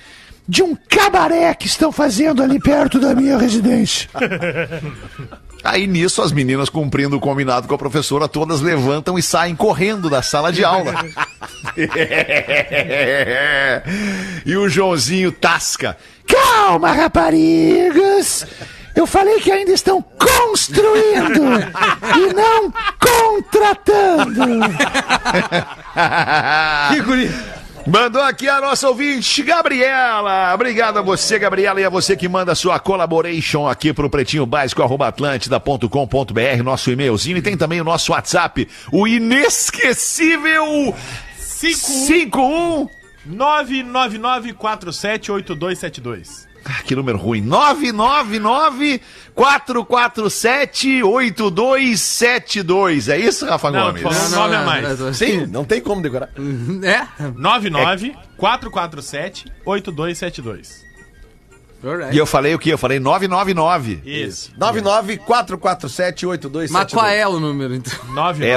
Speaker 4: de um cabaré que estão fazendo ali perto da minha residência. [LAUGHS] Aí nisso, as meninas cumprindo o combinado com a professora, todas levantam e saem correndo da sala de [LAUGHS] aula. e o Joãozinho tasca. Calma, raparigas! Eu
Speaker 11: Eu falei que ainda estão construindo e não contratando.
Speaker 4: Mandou aqui a nossa ouvinte, Gabriela. Obrigado a você, Gabriela, e a você que manda sua collaboration aqui pro pretinho básico, arroba atlântida.com.br, nosso e-mailzinho. E tem também o nosso WhatsApp, o inesquecível 51.
Speaker 7: 999478272.
Speaker 4: Ah, que número ruim. 999-447-8272. É isso, Rafa
Speaker 7: Não,
Speaker 4: Gomes?
Speaker 7: tu falou um nome a mais.
Speaker 6: Sim, não tem como decorar.
Speaker 5: É?
Speaker 7: 99447-8272.
Speaker 4: E eu falei o quê? Eu falei 999.
Speaker 7: Isso.
Speaker 6: 994478272.
Speaker 5: Mas qual é o número, então?
Speaker 4: É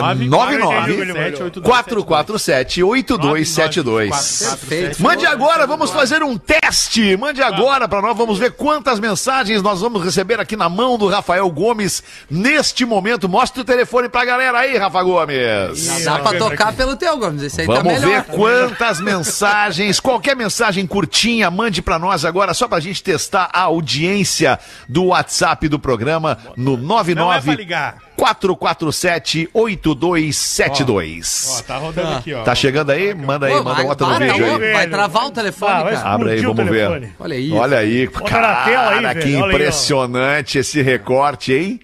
Speaker 4: 447-8272. Mande agora, vamos fazer um teste. Mande
Speaker 7: Tá.
Speaker 4: agora pra nós, vamos ver quantas mensagens nós vamos receber aqui na mão do Rafael Gomes neste momento. Mostra o telefone pra galera aí, Rafa Gomes.
Speaker 5: Dá pra tocar pelo teu, Gomes. Esse aí tá
Speaker 4: Vamos
Speaker 5: melhor.
Speaker 4: ver quantas mensagens, qualquer mensagem curtinha, mande pra nós agora, só pra gente testar a audiência do WhatsApp do programa no
Speaker 7: Não é pra
Speaker 4: 99
Speaker 7: ligar.
Speaker 4: 447
Speaker 7: Ó,
Speaker 4: 8272.
Speaker 7: tá rodando aqui, ó.
Speaker 4: Tá chegando aí? Manda aí,
Speaker 5: Pô,
Speaker 4: manda
Speaker 5: vai, tá
Speaker 4: bota no
Speaker 5: para,
Speaker 4: vídeo aí.
Speaker 5: vai, vai travar o telefone,
Speaker 8: Ah, vai
Speaker 5: cara.
Speaker 4: é um Abre aí,
Speaker 8: Explodiu o
Speaker 4: vamos ver.
Speaker 8: telefone.
Speaker 5: Olha isso.
Speaker 4: Olha aí,
Speaker 8: na tela aí,
Speaker 4: cara, que
Speaker 8: velho, olha aí, ó.
Speaker 4: impressionante esse recorte, hein?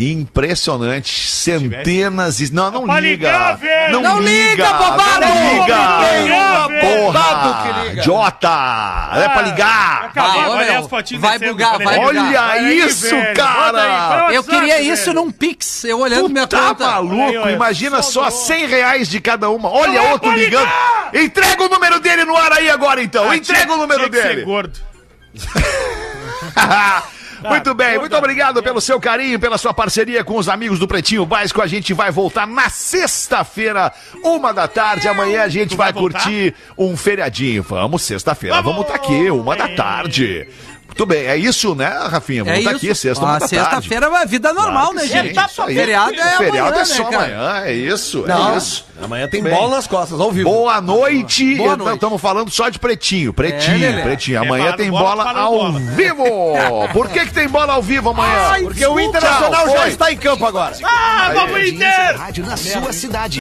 Speaker 4: Impressionante, centenas e... Não, não
Speaker 8: pra ligar,
Speaker 4: liga!
Speaker 8: velho.
Speaker 5: Não liga, babado!
Speaker 4: Não
Speaker 8: Não liga,
Speaker 4: liga!
Speaker 8: velho.
Speaker 6: Babado que
Speaker 4: Porra!
Speaker 6: liga.
Speaker 4: Jota! É pra ligar!
Speaker 8: Acabou,
Speaker 5: Ah, olha,
Speaker 8: olha as fotinhas
Speaker 5: vai
Speaker 8: descendo,
Speaker 5: bugar, vai
Speaker 8: olha.
Speaker 5: ligar.
Speaker 4: Olha
Speaker 8: Olha aí,
Speaker 4: isso,
Speaker 8: velho, manda aí,
Speaker 4: cara!
Speaker 8: fala
Speaker 5: Eu
Speaker 8: WhatsApp,
Speaker 5: queria isso
Speaker 8: velho.
Speaker 5: num Pix, eu olhando
Speaker 4: Tu
Speaker 5: minha
Speaker 4: tá
Speaker 5: conta.
Speaker 4: maluco?
Speaker 8: Olha aí, ó,
Speaker 4: Imagina só
Speaker 8: só
Speaker 4: 100 reais de cada uma. Olha
Speaker 8: Não é
Speaker 4: outro
Speaker 8: pra
Speaker 4: ligando.
Speaker 8: ligar! Ah,
Speaker 4: Entrega o número dele no ar aí agora, então. Entrega o número
Speaker 7: Tinha que ser
Speaker 4: dele.
Speaker 7: gordo.
Speaker 4: Ah, Muito bem, muito obrigado pelo seu carinho, pela sua parceria com os amigos do Pretinho Básico. A gente vai voltar na sexta-feira, uma da tarde. Amanhã a gente vai,
Speaker 7: vai voltar?
Speaker 4: curtir um feriadinho. Vamos, sexta-feira, vamos estar aqui, uma da tarde. Muito bem, é isso, né, Rafinha?
Speaker 5: É
Speaker 4: Vamos estar
Speaker 5: isso.
Speaker 4: aqui, sexta, uma
Speaker 5: Ah,
Speaker 4: da tarde.
Speaker 5: sexta-feira é vida normal, né,
Speaker 4: Sim,
Speaker 5: gente?
Speaker 4: isso aí.
Speaker 5: Feriado é
Speaker 4: Feriado
Speaker 5: amanhã,
Speaker 4: é só
Speaker 5: né, cara?
Speaker 4: amanhã, é isso, é isso.
Speaker 6: Amanhã tem
Speaker 4: Bem.
Speaker 6: bola nas costas, ao vivo.
Speaker 4: Boa noite.
Speaker 5: Boa noite.
Speaker 4: Estamos falando só de pretinho. Pretinho,
Speaker 5: Lelê.
Speaker 4: pretinho.
Speaker 7: Quer
Speaker 4: Amanhã
Speaker 7: falar
Speaker 4: tem
Speaker 7: do bola,
Speaker 4: bola
Speaker 7: É, fala do
Speaker 4: ao
Speaker 7: bola.
Speaker 4: vivo.
Speaker 7: [LAUGHS]
Speaker 4: Por que, que tem bola ao vivo amanhã?
Speaker 6: Porque o Internacional
Speaker 4: Tchau,
Speaker 6: já
Speaker 4: foi.
Speaker 6: está em campo agora.
Speaker 7: Ah, vamos, Inter!
Speaker 11: Rádio na sua cidade.